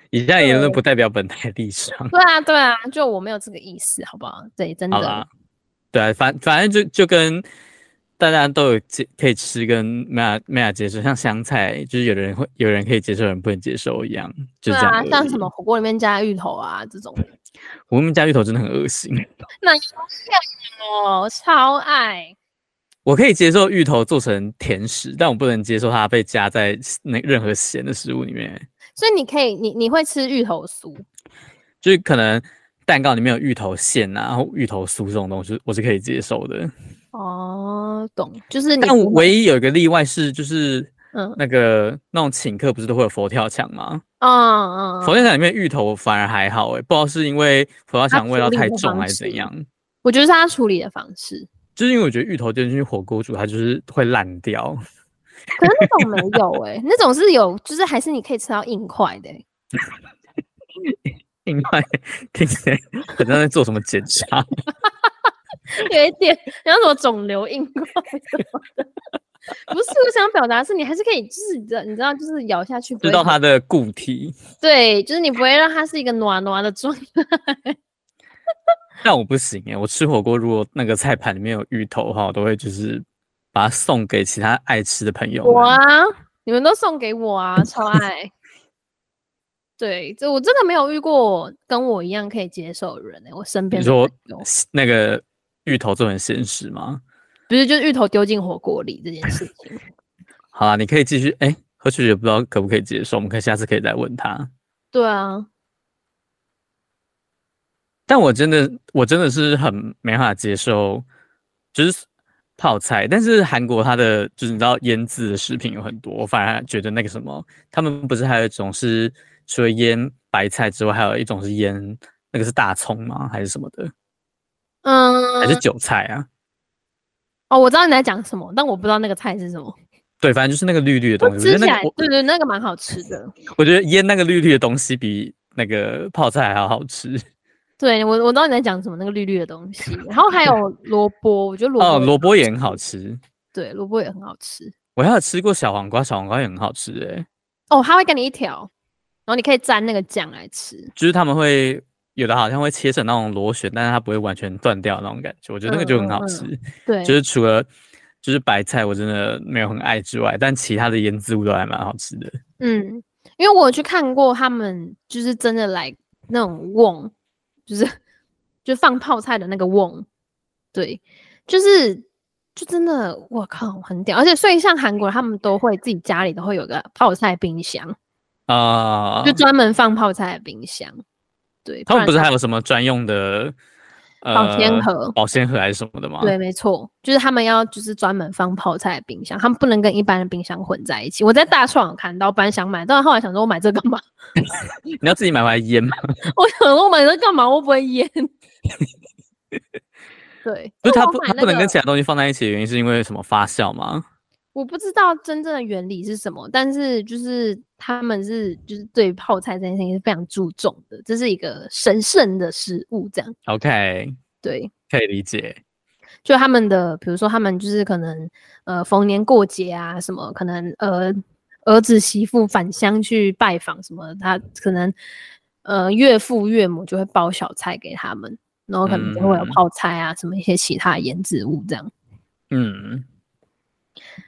Speaker 1: 以下言论不代表本台立场。
Speaker 2: 对啊对啊，就我没有这个意思，好不好？对，真
Speaker 1: 好
Speaker 2: 的
Speaker 1: 啦，对啊，反反正就就跟大家都有接可以吃跟没法没法接受，像香菜，就是有的人会有人可以接受，有人不能接受一样，就
Speaker 2: 对
Speaker 1: 这样
Speaker 2: 啊
Speaker 1: 而已。，
Speaker 2: 像什么火锅里面加芋头啊这种，
Speaker 1: 我们家芋头真的很恶心。
Speaker 2: 那要哦，超爱。
Speaker 1: 我可以接受芋头做成甜食，但我不能接受它被加在那任何咸的食物里面。
Speaker 2: 所以你可以，你你会吃芋头酥，
Speaker 1: 就是可能蛋糕里面有芋头馅啊，然后芋头酥这种东西，我是可以接受的。
Speaker 2: 哦，懂，就是你
Speaker 1: 但
Speaker 2: 不会
Speaker 1: 唯一有一个例外是，就是
Speaker 2: 嗯
Speaker 1: 那个那种请客不是都会有佛跳墙吗？
Speaker 2: 嗯嗯，
Speaker 1: 佛跳墙里面芋头反而还好诶、欸不知道是因为佛跳
Speaker 2: 它
Speaker 1: 墙味道
Speaker 2: 处理
Speaker 1: 太
Speaker 2: 的
Speaker 1: 重
Speaker 2: 方
Speaker 1: 还是怎
Speaker 2: 式
Speaker 1: 样。
Speaker 2: 我觉得是他处理的方 式，
Speaker 1: 就是因为我觉得芋头丢进去火锅煮，它就是会烂掉。
Speaker 2: 可是那种没有哎、那种是有，就是还是你可以吃到硬块的欸、
Speaker 1: 另外，听起来好像在做什么检查。
Speaker 2: 有一点，然后什么肿瘤硬块什么的，不是我想表达是你还是可以，就是你知道，你知道，就是咬下去不
Speaker 1: 知
Speaker 2: 会
Speaker 1: 道
Speaker 2: 很
Speaker 1: 它的固体，
Speaker 2: 对，就是你不会让它是一个暖暖的状态。
Speaker 1: 但我不行哎、我吃火锅如果那个菜盘里面有芋头的话，我都会就是把它送给其他爱吃的朋友们。
Speaker 2: 我啊，你们都送给我啊，超爱。对，这我真的没有遇过跟我一样可以接受的人哎、我身边的
Speaker 1: 说
Speaker 2: 朋友
Speaker 1: 是那个芋头做成咸食吗？
Speaker 2: 不是就是芋头丢进火锅里这件事情。
Speaker 1: 好啦，你可以继续。哎、何曲也不知道可不可以接受，我们可以下次可以再问他。
Speaker 2: 对啊，
Speaker 1: 但我真的，我真的是很没办法接受，就是泡菜。但是韩国它的就是你知道腌制的食品有很多，我反而觉得那个什么，他们不是还有一种是除了腌白菜之外，还有一种是腌那个是大葱吗？还是什么的？
Speaker 2: 嗯
Speaker 1: 还，是韭菜啊？
Speaker 2: 哦，我知道你在讲什么，但我不知道那个菜是什么。
Speaker 1: 对，反正就是那个绿绿的
Speaker 2: 我
Speaker 1: 东西。我觉
Speaker 2: 吃起
Speaker 1: 得那
Speaker 2: 来
Speaker 1: 个，我
Speaker 2: 对对，那个蛮好吃的。
Speaker 1: 我觉得腌那个绿绿的东西比那个泡菜还要好吃。
Speaker 2: 对我，我知道你在讲什么，那个绿绿的东西。然后还有萝卜，我觉得萝
Speaker 1: 哦，
Speaker 2: 卜也
Speaker 1: 萝卜也很好吃。
Speaker 2: 对萝卜也很好吃。
Speaker 1: 我还有吃过小黄瓜，小黄瓜也很好吃欸诶、
Speaker 2: 哦，他会给你一条，然后你可以蘸那个酱来吃。
Speaker 1: 就是他们会有的好像会切成那种螺旋，但是它不会完全断掉那种感觉，我觉得那个就很好
Speaker 2: 嗯嗯嗯
Speaker 1: 吃。
Speaker 2: 对，
Speaker 1: 就是除了就是白菜我真的没有很爱之外，但其他的腌制物都还蛮好吃的。
Speaker 2: 嗯，因为我有去看过他们，就是真的来那种瓮，就是就放泡菜的那个瓮，对，就是就真的我靠很屌，而且所以像韩国人他们都会自己家里都会有个泡菜冰箱，
Speaker 1: 啊、
Speaker 2: 就专门放泡菜的冰箱，对，
Speaker 1: 他们不是
Speaker 2: 然
Speaker 1: 还有什么专用的
Speaker 2: 保鲜
Speaker 1: 呃
Speaker 2: 盒
Speaker 1: 保鲜盒还是什么的吗？
Speaker 2: 对，没错，就是他们要就是专门放泡菜的冰箱，他们不能跟一般的冰箱混在一起。我在大创有看到，本来想买，但后来想说我买这干嘛？
Speaker 1: 你要自己买回来腌吗？
Speaker 2: 我想说我买这干嘛？我不会 腌。对，
Speaker 1: 不是
Speaker 2: 因为
Speaker 1: 它
Speaker 2: 我
Speaker 1: 不
Speaker 2: 买
Speaker 1: 它
Speaker 2: 那
Speaker 1: 不能跟
Speaker 2: 个
Speaker 1: 其他东西放在一起的原因是因为什么发酵吗？
Speaker 2: 我不知道真正的原理是什么，但是就是他们是就是对泡菜这件事情是非常注重的，这是一个神圣的食物，这样
Speaker 1: OK，
Speaker 2: 对。
Speaker 1: 可以理解。
Speaker 2: 就他们的，比如说他们就是可能呃逢年过节啊什么，可能呃儿子媳妇返乡去拜访什么，他可能呃岳父岳母就会包小菜给他们，然后可能就会有
Speaker 1: 嗯
Speaker 2: 泡菜啊、什么一些其他腌制物这样，
Speaker 1: 嗯，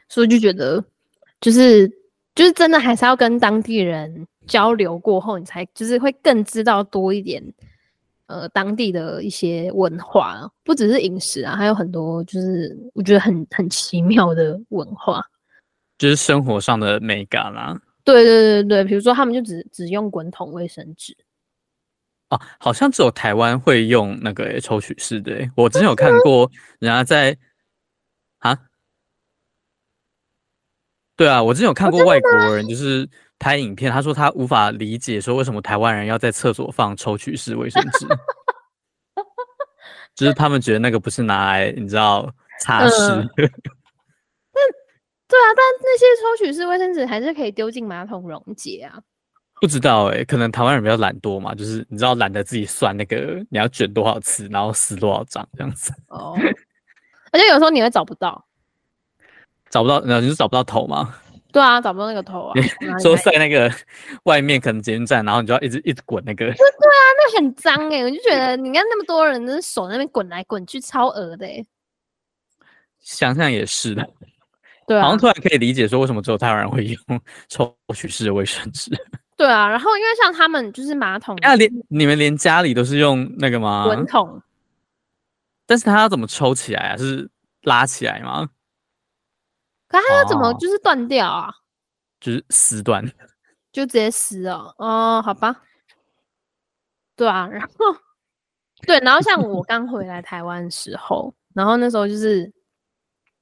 Speaker 2: 所以就觉得就是就是真的还是要跟当地人交流过后，你才就是会更知道多一点。呃，当地的一些文化，不只是饮食啊，还有很多就是我觉得很很奇妙的文化。
Speaker 1: 就是生活上的美感啦。
Speaker 2: 对对对对，比如说他们就只只用滚筒卫生纸，
Speaker 1: 哦，好像只有台湾会用那个、欸、抽取式的、欸。我之前有看过人家在啊，对啊，我之前有看过外国人就是拍影片，他说他无法理解说为什么台湾人要在厕所放抽取式卫生纸，就是他们觉得那个不是拿来你知道擦拭
Speaker 2: 嗯，对啊，但那些抽取式卫生纸还是可以丢进马桶溶解啊。
Speaker 1: 不知道哎、可能台湾人比较懒惰嘛，就是你知道懒得自己算那个你要卷多少次，然后撕多少张这样子，
Speaker 2: 哦， 而且有时候你会找不到，
Speaker 1: 找不到，然后你就找不到头嘛。
Speaker 2: 对啊，找不到那个头啊
Speaker 1: 你，
Speaker 2: 从哪里
Speaker 1: 说
Speaker 2: 来
Speaker 1: 在那个外面可能捷运站，然后你就要一直一直滚那个，
Speaker 2: 那很脏哎、我就觉得你看那么多人，那手那边滚来滚去，超恶的、欸。
Speaker 1: 想想也是的，
Speaker 2: 对
Speaker 1: 好
Speaker 2: 啊
Speaker 1: 像，突然可以理解说为什么只有台湾人会用抽取式的卫生纸。
Speaker 2: 对啊。然后因为像他们就是马桶
Speaker 1: 那连你们连家里都是用那个吗？
Speaker 2: 滚筒，
Speaker 1: 但是它要怎么抽起来啊？是拉起来吗？
Speaker 2: 可它要怎么
Speaker 1: 哦
Speaker 2: 就是断掉啊？
Speaker 1: 就是撕断？
Speaker 2: 就直接撕哦。哦，好吧。对啊，然后对，然后像我刚回来台湾的时候，然后那时候就是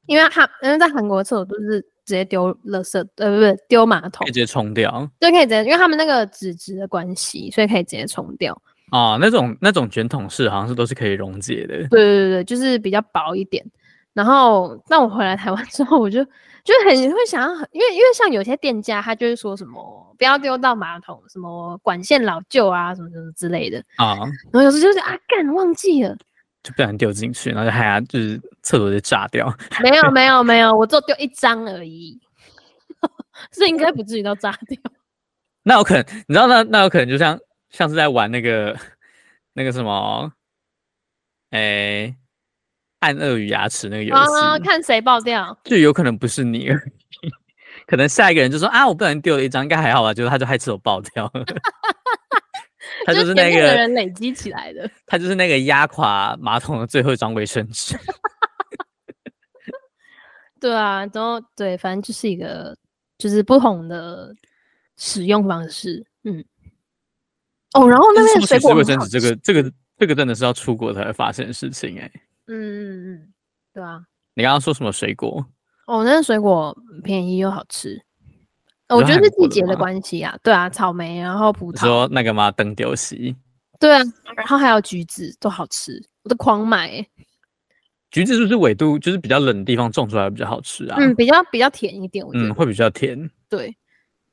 Speaker 2: 因为韩，因为在韩国厕所都是直接丢垃圾，呃，不是丢马
Speaker 1: 可
Speaker 2: 桶
Speaker 1: 以直，接冲掉
Speaker 2: 对，可以直接，因为他们那个纸质的关系，所以可以直接冲掉。
Speaker 1: 哦，那种那种卷筒式好像是都是可以溶解的。
Speaker 2: 对对对，就是比较薄一点。然后，那我回来台湾之后，我就就很会想要很，因为因为像有些店家，他就是说什么不要丢到马桶，什么管线老旧啊，什么什么之类的。
Speaker 1: 啊、
Speaker 2: 然后有时候就是啊，干忘记了，
Speaker 1: 就不小心丢进去，然后就害它就是厕所就炸掉。
Speaker 2: 没有没有没有，我就丢一张而已， 是应该不至于到炸掉。
Speaker 1: 那有可能，你知道那那有可能就像像是在玩那个那个什么，诶，按鳄鱼牙齿那个游戏，
Speaker 2: 啊，看谁爆掉，
Speaker 1: 就有可能不是你而已，可能下一个人就说啊，我不小心丢了一张，应该还好吧，结果他就害厕所爆掉了 他就是是
Speaker 2: 前
Speaker 1: 那
Speaker 2: 面的
Speaker 1: 个，
Speaker 2: 人累积起来的。
Speaker 1: 他就是那个压垮马桶的最后一张卫生纸。
Speaker 2: 对啊，然后对，反正就是一个就是不同的使用方式，嗯。哦，然后那边
Speaker 1: 什
Speaker 2: 的
Speaker 1: 么水
Speaker 2: 水果
Speaker 1: 卫
Speaker 2: 很
Speaker 1: 生
Speaker 2: 好
Speaker 1: 纸这
Speaker 2: 吃，
Speaker 1: 个这个这个真的是要出国才会发生的事情哎、
Speaker 2: 嗯嗯嗯，对啊。
Speaker 1: 你刚刚说什么水果？
Speaker 2: 哦，那个水果便宜又好吃，呃
Speaker 1: 你
Speaker 2: 我
Speaker 1: 说
Speaker 2: 觉得
Speaker 1: 韩
Speaker 2: 是
Speaker 1: 国
Speaker 2: 季
Speaker 1: 的
Speaker 2: 节的
Speaker 1: 吗
Speaker 2: 关系啊。对啊，草莓，然后葡
Speaker 1: 你
Speaker 2: 萄，
Speaker 1: 说那个吗？灯丢席。
Speaker 2: 对啊，然后还有橘子都好吃，我都狂买欸、
Speaker 1: 橘子是不是纬度就是比较冷的地方种出来比较好吃啊？
Speaker 2: 嗯，比较比较甜一点，我觉得、
Speaker 1: 嗯，会比较甜。
Speaker 2: 对。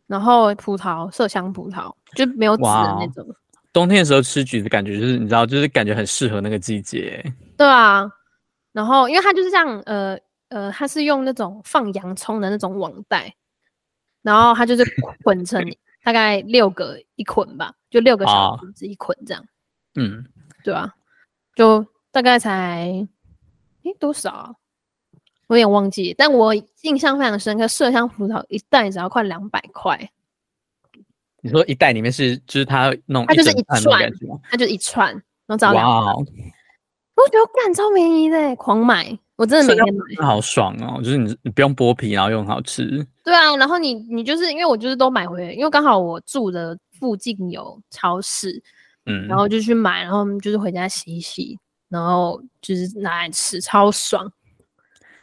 Speaker 2: 然后葡萄麝香葡萄就没有籽的
Speaker 1: 哇
Speaker 2: 那
Speaker 1: 哦
Speaker 2: 种，
Speaker 1: 冬天的时候吃橘子，感觉就是你知道，就是感觉很适合那个季节。
Speaker 2: 对啊。然后因为它就是像呃呃，它是用那种放洋葱的那种网袋，然后它就是 捆成大概六个一捆吧，就六个小
Speaker 1: 啊
Speaker 2: 竹子一捆这样，
Speaker 1: 嗯，
Speaker 2: 对啊，就大概才诶多少啊？我有点忘记，但我印象非常深刻，麝香葡萄一袋只要快两百块，
Speaker 1: 你说一袋里面是就是它弄
Speaker 2: 它就是
Speaker 1: 整
Speaker 2: 一
Speaker 1: 串的
Speaker 2: 串
Speaker 1: 感觉吗？
Speaker 2: 它就一串，然后只要两
Speaker 1: 哇哦，
Speaker 2: 我觉得干超便宜的，欸狂买，我真的
Speaker 1: 是
Speaker 2: 每
Speaker 1: 要
Speaker 2: 天买。
Speaker 1: 那好爽哦！就是你你不用剥皮，然后又很好吃。
Speaker 2: 对啊，然后你你就是因为我就是都买回来，因为刚好我住的附近有超市，
Speaker 1: 嗯，
Speaker 2: 然后就去买，然后就是回家洗一洗，然后就是拿来吃，超爽。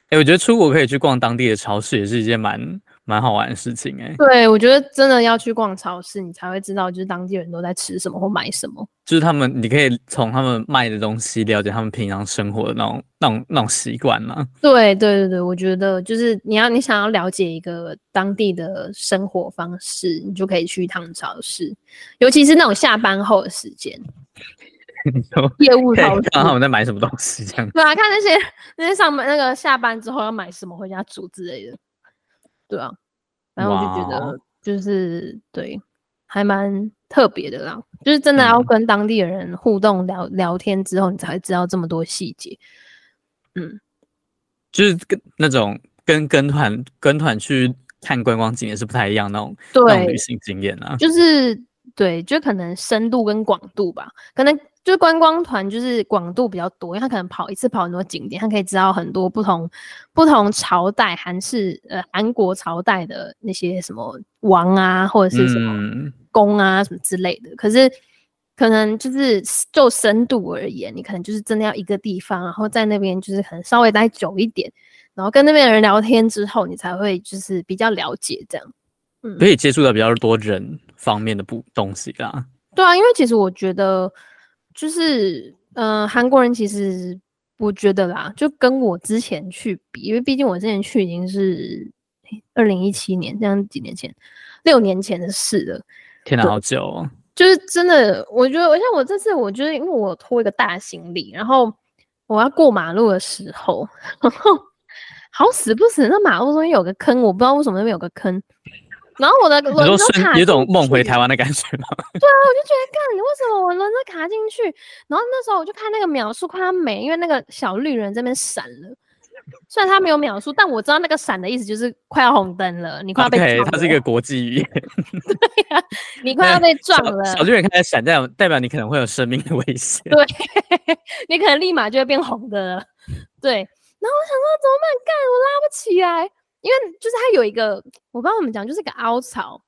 Speaker 1: 哎、我觉得出国可以去逛当地的超市，也是一件蛮蛮好玩的事情哎、
Speaker 2: 对，我觉得真的要去逛超市，你才会知道就是当地人都在吃什么或买什么。
Speaker 1: 就是他们，你可以从他们卖的东西了解他们平常生活的那种、那种、那种习惯嘛。
Speaker 2: 对对对对，我觉得就是你要你想要了解一个当地的生活方式，你就可以去一趟超市，尤其是那种下班后的时间，
Speaker 1: 你就
Speaker 2: 业务
Speaker 1: 可以
Speaker 2: 超
Speaker 1: 看
Speaker 2: 市。
Speaker 1: 到他们在买什么东西这样。
Speaker 2: 对啊，看那些那些上班那个下班之后要买什么回家煮之类的，对啊，然后我就觉
Speaker 1: 哇哦
Speaker 2: 得就是对，还蛮特别的啦，就是真的要
Speaker 1: 嗯
Speaker 2: 跟当地的人互动聊、聊天之后，你才会知道这么多细节。
Speaker 1: 就是跟那种跟跟团跟团去看观光景点是不太一样那种那种
Speaker 2: 对
Speaker 1: 旅，行经验啊。
Speaker 2: 就是对，就可能深度跟广度吧，可能就是观光团就是广度比较多，因为他可能跑一次跑很多景点，他可以知道很多不同不同朝代韩式呃韩国朝代的那些什么王啊，或者是什么
Speaker 1: 嗯，
Speaker 2: 宫啊、什么之类的。可是可能就是就深度而言，你可能就是真的要一个地方，然后在那边就是可能稍微待久一点。然后跟那边的人聊天之后，你才会就是比较了解这样。嗯
Speaker 1: 可以接触到比较多人方面的不东西啦。
Speaker 2: 对啊，因为其实我觉得，就是呃，韩国人其实我觉得啦，就跟我之前去比，因为毕竟我之前去已经是二零一七年，这样几年前，六年前的事了。
Speaker 1: 天哪，好久、哦！
Speaker 2: 就是真的，我觉得，我像我这次，我觉得因为我拖一个大行李，然后我要过马路的时候，然后好死不死，那马路中间有个坑，我不知道为什么那边有个坑，然后我的
Speaker 1: 你
Speaker 2: 轮
Speaker 1: 说
Speaker 2: 都
Speaker 1: 瞬
Speaker 2: 卡
Speaker 1: 有
Speaker 2: 进
Speaker 1: 种梦回
Speaker 2: 去
Speaker 1: 台湾的感觉吗？
Speaker 2: 我就觉得，干，你为什么我轮子卡进去？然后那时候我就看那个秒数，快要没，因为那个小绿人这边闪了。虽然他没有秒数，但我知道那个闪的意思就是快要红灯了，你快要被撞
Speaker 1: OK，
Speaker 2: 了。
Speaker 1: 它是一个国际语言。
Speaker 2: 你快要被撞
Speaker 1: 小
Speaker 2: 了，
Speaker 1: 小绿人开始闪，代表代表你可能会有生命的危险。
Speaker 2: 对 你可能立马就会变红的了。对，然后我想说怎么办？干，我拉不起来，因为就是它有一个，我不知道怎么讲，就是一个凹槽，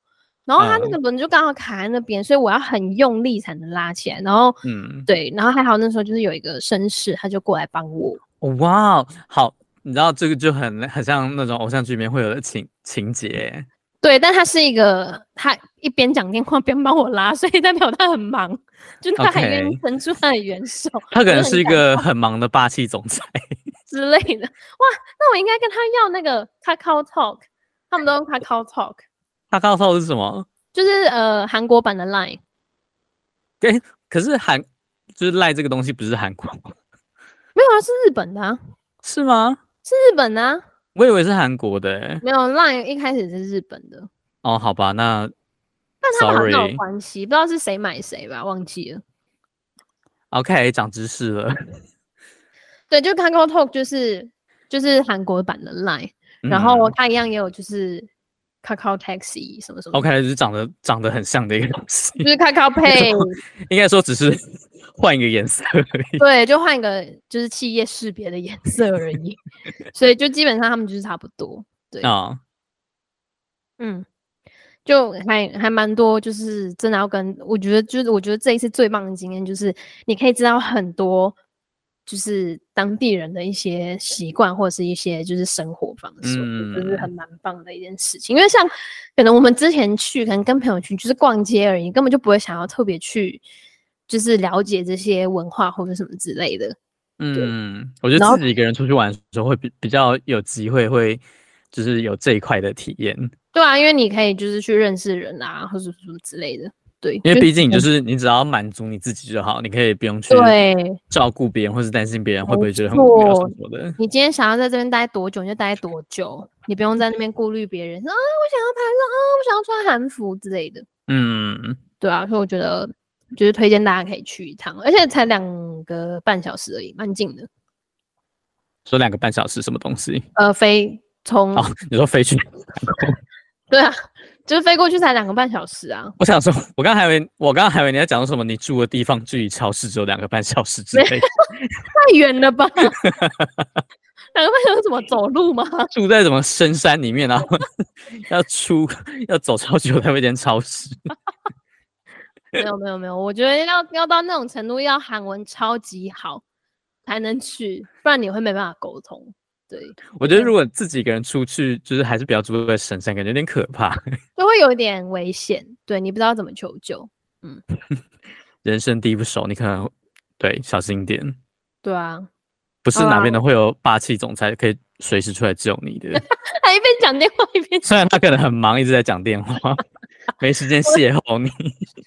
Speaker 2: 然后它那
Speaker 1: 嗯
Speaker 2: 个轮就刚好卡在那边，所以我要很用力才能拉起来。然后
Speaker 1: 嗯，
Speaker 2: 对，然后还好那时候就是有一个绅士，他就过来帮我。
Speaker 1: 哦哇，好，你知道这个就很很像那种偶像剧里面会有的情情节。
Speaker 2: 对，但他是一个，他一边讲电话 边帮我拉，所以代表他很忙，就他还愿意
Speaker 1: OK
Speaker 2: 伸出他的援手
Speaker 1: 他可
Speaker 2: 真
Speaker 1: 能
Speaker 2: 的很
Speaker 1: 是一
Speaker 2: 感
Speaker 1: 个很忙的霸气总裁。
Speaker 2: 之类的。哇，那我应该跟他要那个 Kakao Talk，他们都用 Kakao Talk，
Speaker 1: 他告诉我是什么？
Speaker 2: 就是呃韩国版的 Line。
Speaker 1: 可是韩就是赖这个东西不是韩国吗
Speaker 2: 没有啊，是日本的、啊，
Speaker 1: 是 吗？
Speaker 2: 是日本的、啊，
Speaker 1: 我以为是韩国的、欸。
Speaker 2: 没有 Line 一开始是日本的，
Speaker 1: 哦，好吧，那
Speaker 2: 但他们好像
Speaker 1: Sorry
Speaker 2: 有关系，不知道是谁买谁吧，忘记了。
Speaker 1: OK 长知识了。
Speaker 2: 对，就 Kakao Talk 就是就是韩国版的 Line，、然后
Speaker 1: 嗯
Speaker 2: 它一样也有就是 Kakao Taxi 什么什么
Speaker 1: OK 就是长得长得很像的一个东西，
Speaker 2: 就是 Kakao
Speaker 1: 种
Speaker 2: Pay，
Speaker 1: 应该说只是 换一个颜色而已。
Speaker 2: 对，就换一个就是企业识别的颜色而已，所以就基本上他们就是差不多。对
Speaker 1: 啊、
Speaker 2: 嗯，就还还蛮多，就是真的要跟我觉得，就是我觉得这一次最棒的经验就是你可以知道很多，就是当地人的一些习惯或者是一些就是生活方
Speaker 1: 嗯
Speaker 2: 式，我觉得就是很蛮棒的一件事情。因为像可能我们之前去，可能跟朋友去就是逛街而已，根本就不会想要特别去就是了解这些文化或者什么之类的。
Speaker 1: 嗯，我觉
Speaker 2: 然
Speaker 1: 得
Speaker 2: 后
Speaker 1: 自己一个人出去玩的时候会比比较有机会会，就是有这一块的体验，
Speaker 2: 对啊，因为你可以就是去认识人啊，或者什么之类的。对，
Speaker 1: 因为
Speaker 2: 就
Speaker 1: 毕竟你就是你只要满足你自己就好，你可以不用去
Speaker 2: 对
Speaker 1: 照顾别人或是担心别人会不
Speaker 2: 没
Speaker 1: 会觉得很无聊什
Speaker 2: 错
Speaker 1: 么的。
Speaker 2: 你今天想要在这边待多久，你就待多久，你不用在那边顾虑别人。说啊，我想要拍照啊，我想要穿韩服之类的。
Speaker 1: 嗯，
Speaker 2: 对啊，所以我觉得就是推荐大家可以去一趟，而且才两个半小时而已，蛮近的。
Speaker 1: 说两个半小时什么东西？
Speaker 2: 呃，飞从、
Speaker 1: 哦，你说飞去？
Speaker 2: 对啊，就是飞过去才两个半小时啊。
Speaker 1: 我想说，我刚还以为我刚刚还以为你在讲什么，你住的地方距离超市只有两个半小时之类的，
Speaker 2: 太远了吧？两个半小时怎么走路吗？
Speaker 1: 住在什么深山里面，然后要出要走超久才会见超市。
Speaker 2: 没有没有没有，我觉得要要到那种程度，要韩文超级好才能去，不然你会没办法沟通。对，
Speaker 1: 我觉得
Speaker 2: 对
Speaker 1: 如果自己一个人出去，就是还是比较住在深山，感觉有点可怕。
Speaker 2: 就会有一点危险，对你不知道怎么求救。
Speaker 1: 人生地不熟，你可能对小心一点，
Speaker 2: 对 啊，
Speaker 1: 不是
Speaker 2: 好
Speaker 1: 哪
Speaker 2: 啦
Speaker 1: 边都会有霸气总裁可以随时出来救你的。
Speaker 2: 他一边讲电话一边，
Speaker 1: 虽然他可能很忙，一直在讲电话，没时间邂逅你。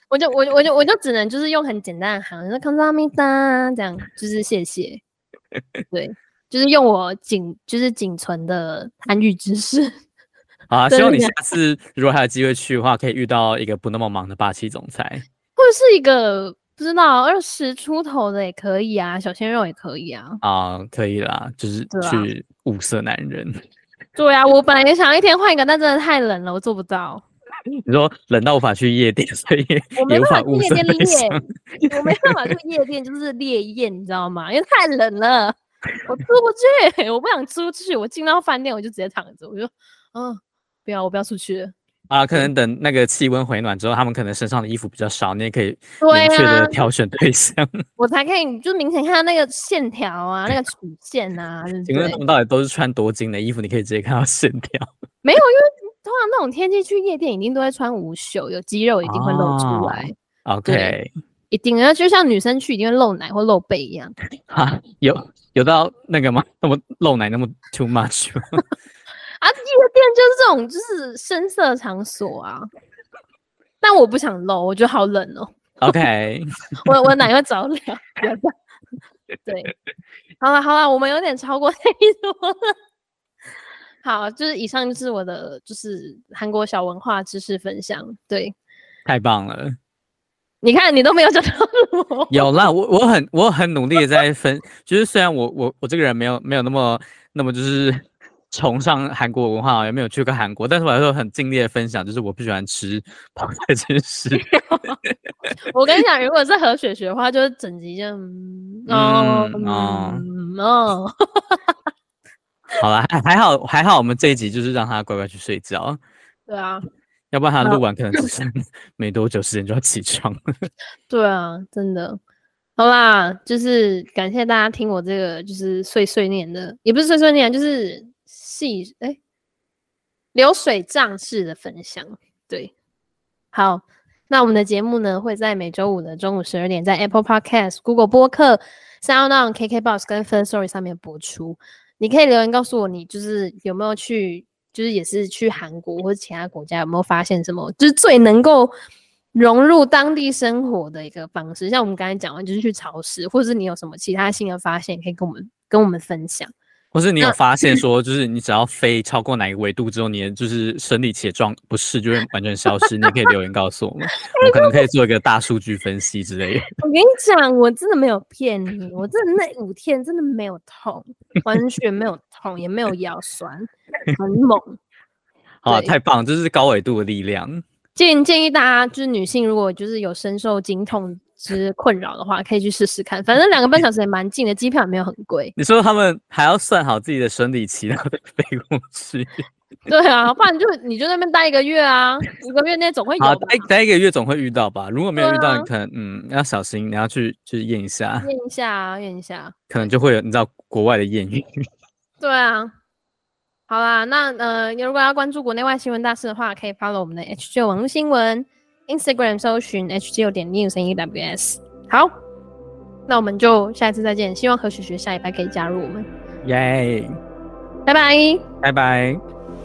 Speaker 2: 我就我就我就我就只能就是用很简单的韩文，就康萨米达这样，就是谢 谢。对，就是用我仅就是仅存的韩语知识。
Speaker 1: 好啊，
Speaker 2: 真
Speaker 1: 希望你
Speaker 2: 的
Speaker 1: 下次如果还有机会去的话，可以遇到一个不那么忙的霸气总裁。
Speaker 2: 或者是一个不知道二十出头的也可以啊，小鲜肉也可以啊。
Speaker 1: 啊、可以啦，就是
Speaker 2: 对啊
Speaker 1: 去物色男人。
Speaker 2: 对啊，我本来也想一天换一个，但真的太冷了，我做不到。
Speaker 1: 你说冷到无法去夜店，所以也
Speaker 2: 我没
Speaker 1: 无
Speaker 2: 办
Speaker 1: 法
Speaker 2: 法去
Speaker 1: 物
Speaker 2: 夜
Speaker 1: 色
Speaker 2: 店
Speaker 1: 对象。
Speaker 2: 猎，我没办法去夜店，就是烈焰，你知道吗？因为太冷了，我出不去，我不想出去。我进到饭店，我就直接躺着，我就嗯，不要，我不要出去了。
Speaker 1: 啊，可能等那个气温回暖之后，他们可能身上的衣服比较少，你也可以
Speaker 2: 对
Speaker 1: 明确
Speaker 2: 啊
Speaker 1: 的，挑选对象。
Speaker 2: 我才可以，就明显看到那个线条啊，那个曲线啊，对不
Speaker 1: 请问
Speaker 2: 对
Speaker 1: 他？们到底都是穿多紧的衣服？你可以直接看到线条。
Speaker 2: 没有，因为通常那种天气去夜店，一定都会穿无袖，有肌肉一定会露出来，
Speaker 1: OK，
Speaker 2: 一定。然后就像女生去一定会露奶或露背一样，
Speaker 1: 哈，有有到那个吗？那么露奶那么 too much 吗？
Speaker 2: 啊，夜店就是这种就是深色场所啊。但我不想露，我觉得好冷哦，
Speaker 1: OK，
Speaker 2: 我我奶会着凉，不要这样。对，好了好了，我们有点超过 太多了。好，就是以上就是我的就是韩国小文化知识分享。对，
Speaker 1: 太棒了！
Speaker 2: 你看你都没有讲到我，
Speaker 1: 有啦，我我很我很努力的在分，就是虽然我我我这个人没有没有那么那么就是崇尚韩国文化，也没有去过韩国，但是我还是很尽力的分享，就是我不喜欢吃泡菜这件事。
Speaker 2: 我跟你讲，如果是和雪雪的话，就是整集就嗯哦
Speaker 1: 嗯哦
Speaker 2: 嗯哦，
Speaker 1: 好啦，还还好还好，我们这一集就是让他乖乖去睡觉，
Speaker 2: 对啊，
Speaker 1: 要不然他
Speaker 2: 好
Speaker 1: 录完可能只剩没多久时间就要起床了。
Speaker 2: 对啊，真的。好啦，就是感谢大家听我这个就是碎碎念的，也不是碎碎念，啊就是细哎、流水账式的分享。对，好，那我们的节目呢会在每周五的中午十二点在 Apple Podcast、Google 播客、Sound On、KKBox 跟 First Story 上面播出。你可以留言告诉我，你就是有没有去，就是也是去韩国或者其他国家，有没有发现什么，就是最能够融入当地生活的一个方式。像我们刚才讲完，就是去超市，或者是你有什么其他新的发现，可以跟我们跟我们分享。
Speaker 1: 或是你有
Speaker 2: 那
Speaker 1: 发现说，就是你只要飞超过哪一个维度之后，你的就是生理期的状不适就会完全消失，你也可以留言告诉我们，我们可能可以做一个大数据分析之类的。
Speaker 2: 我跟你讲，我真的没有骗你，我真的那五天真的没有痛，完全没有痛，也没有腰酸，很猛。
Speaker 1: 好啊，
Speaker 2: 对
Speaker 1: 太棒，这是高纬度的力量。。
Speaker 2: 建建议大家就是女性，如果就是有深受经痛之困扰的话，可以去试试看。反正两个半小时也蛮近的，机票也没有很贵
Speaker 1: 你说他们还要算好自己的生理期，然后再飞过 去。
Speaker 2: 对啊，不然就你就在那边待一个月啊，一个月内总会有
Speaker 1: 好，
Speaker 2: 吧
Speaker 1: 待待一个月总会遇到吧？如果没有
Speaker 2: 对
Speaker 1: 遇到，
Speaker 2: 啊
Speaker 1: 你可能嗯要小心，你要去去验一下，
Speaker 2: 验一下啊，验一下。
Speaker 1: 可能就会有你知道国外的艳 遇。
Speaker 2: 对啊，好啦，那呃，如果要关注国内外新闻大事的话，可以 follow 我们的 H 九网络新闻，Instagram 搜寻 H 九点 news n e w s。好，那我们就下一次再见，希望何雪雪下礼拜可以加入我们，
Speaker 1: 耶，
Speaker 2: 拜拜。
Speaker 1: 拜拜。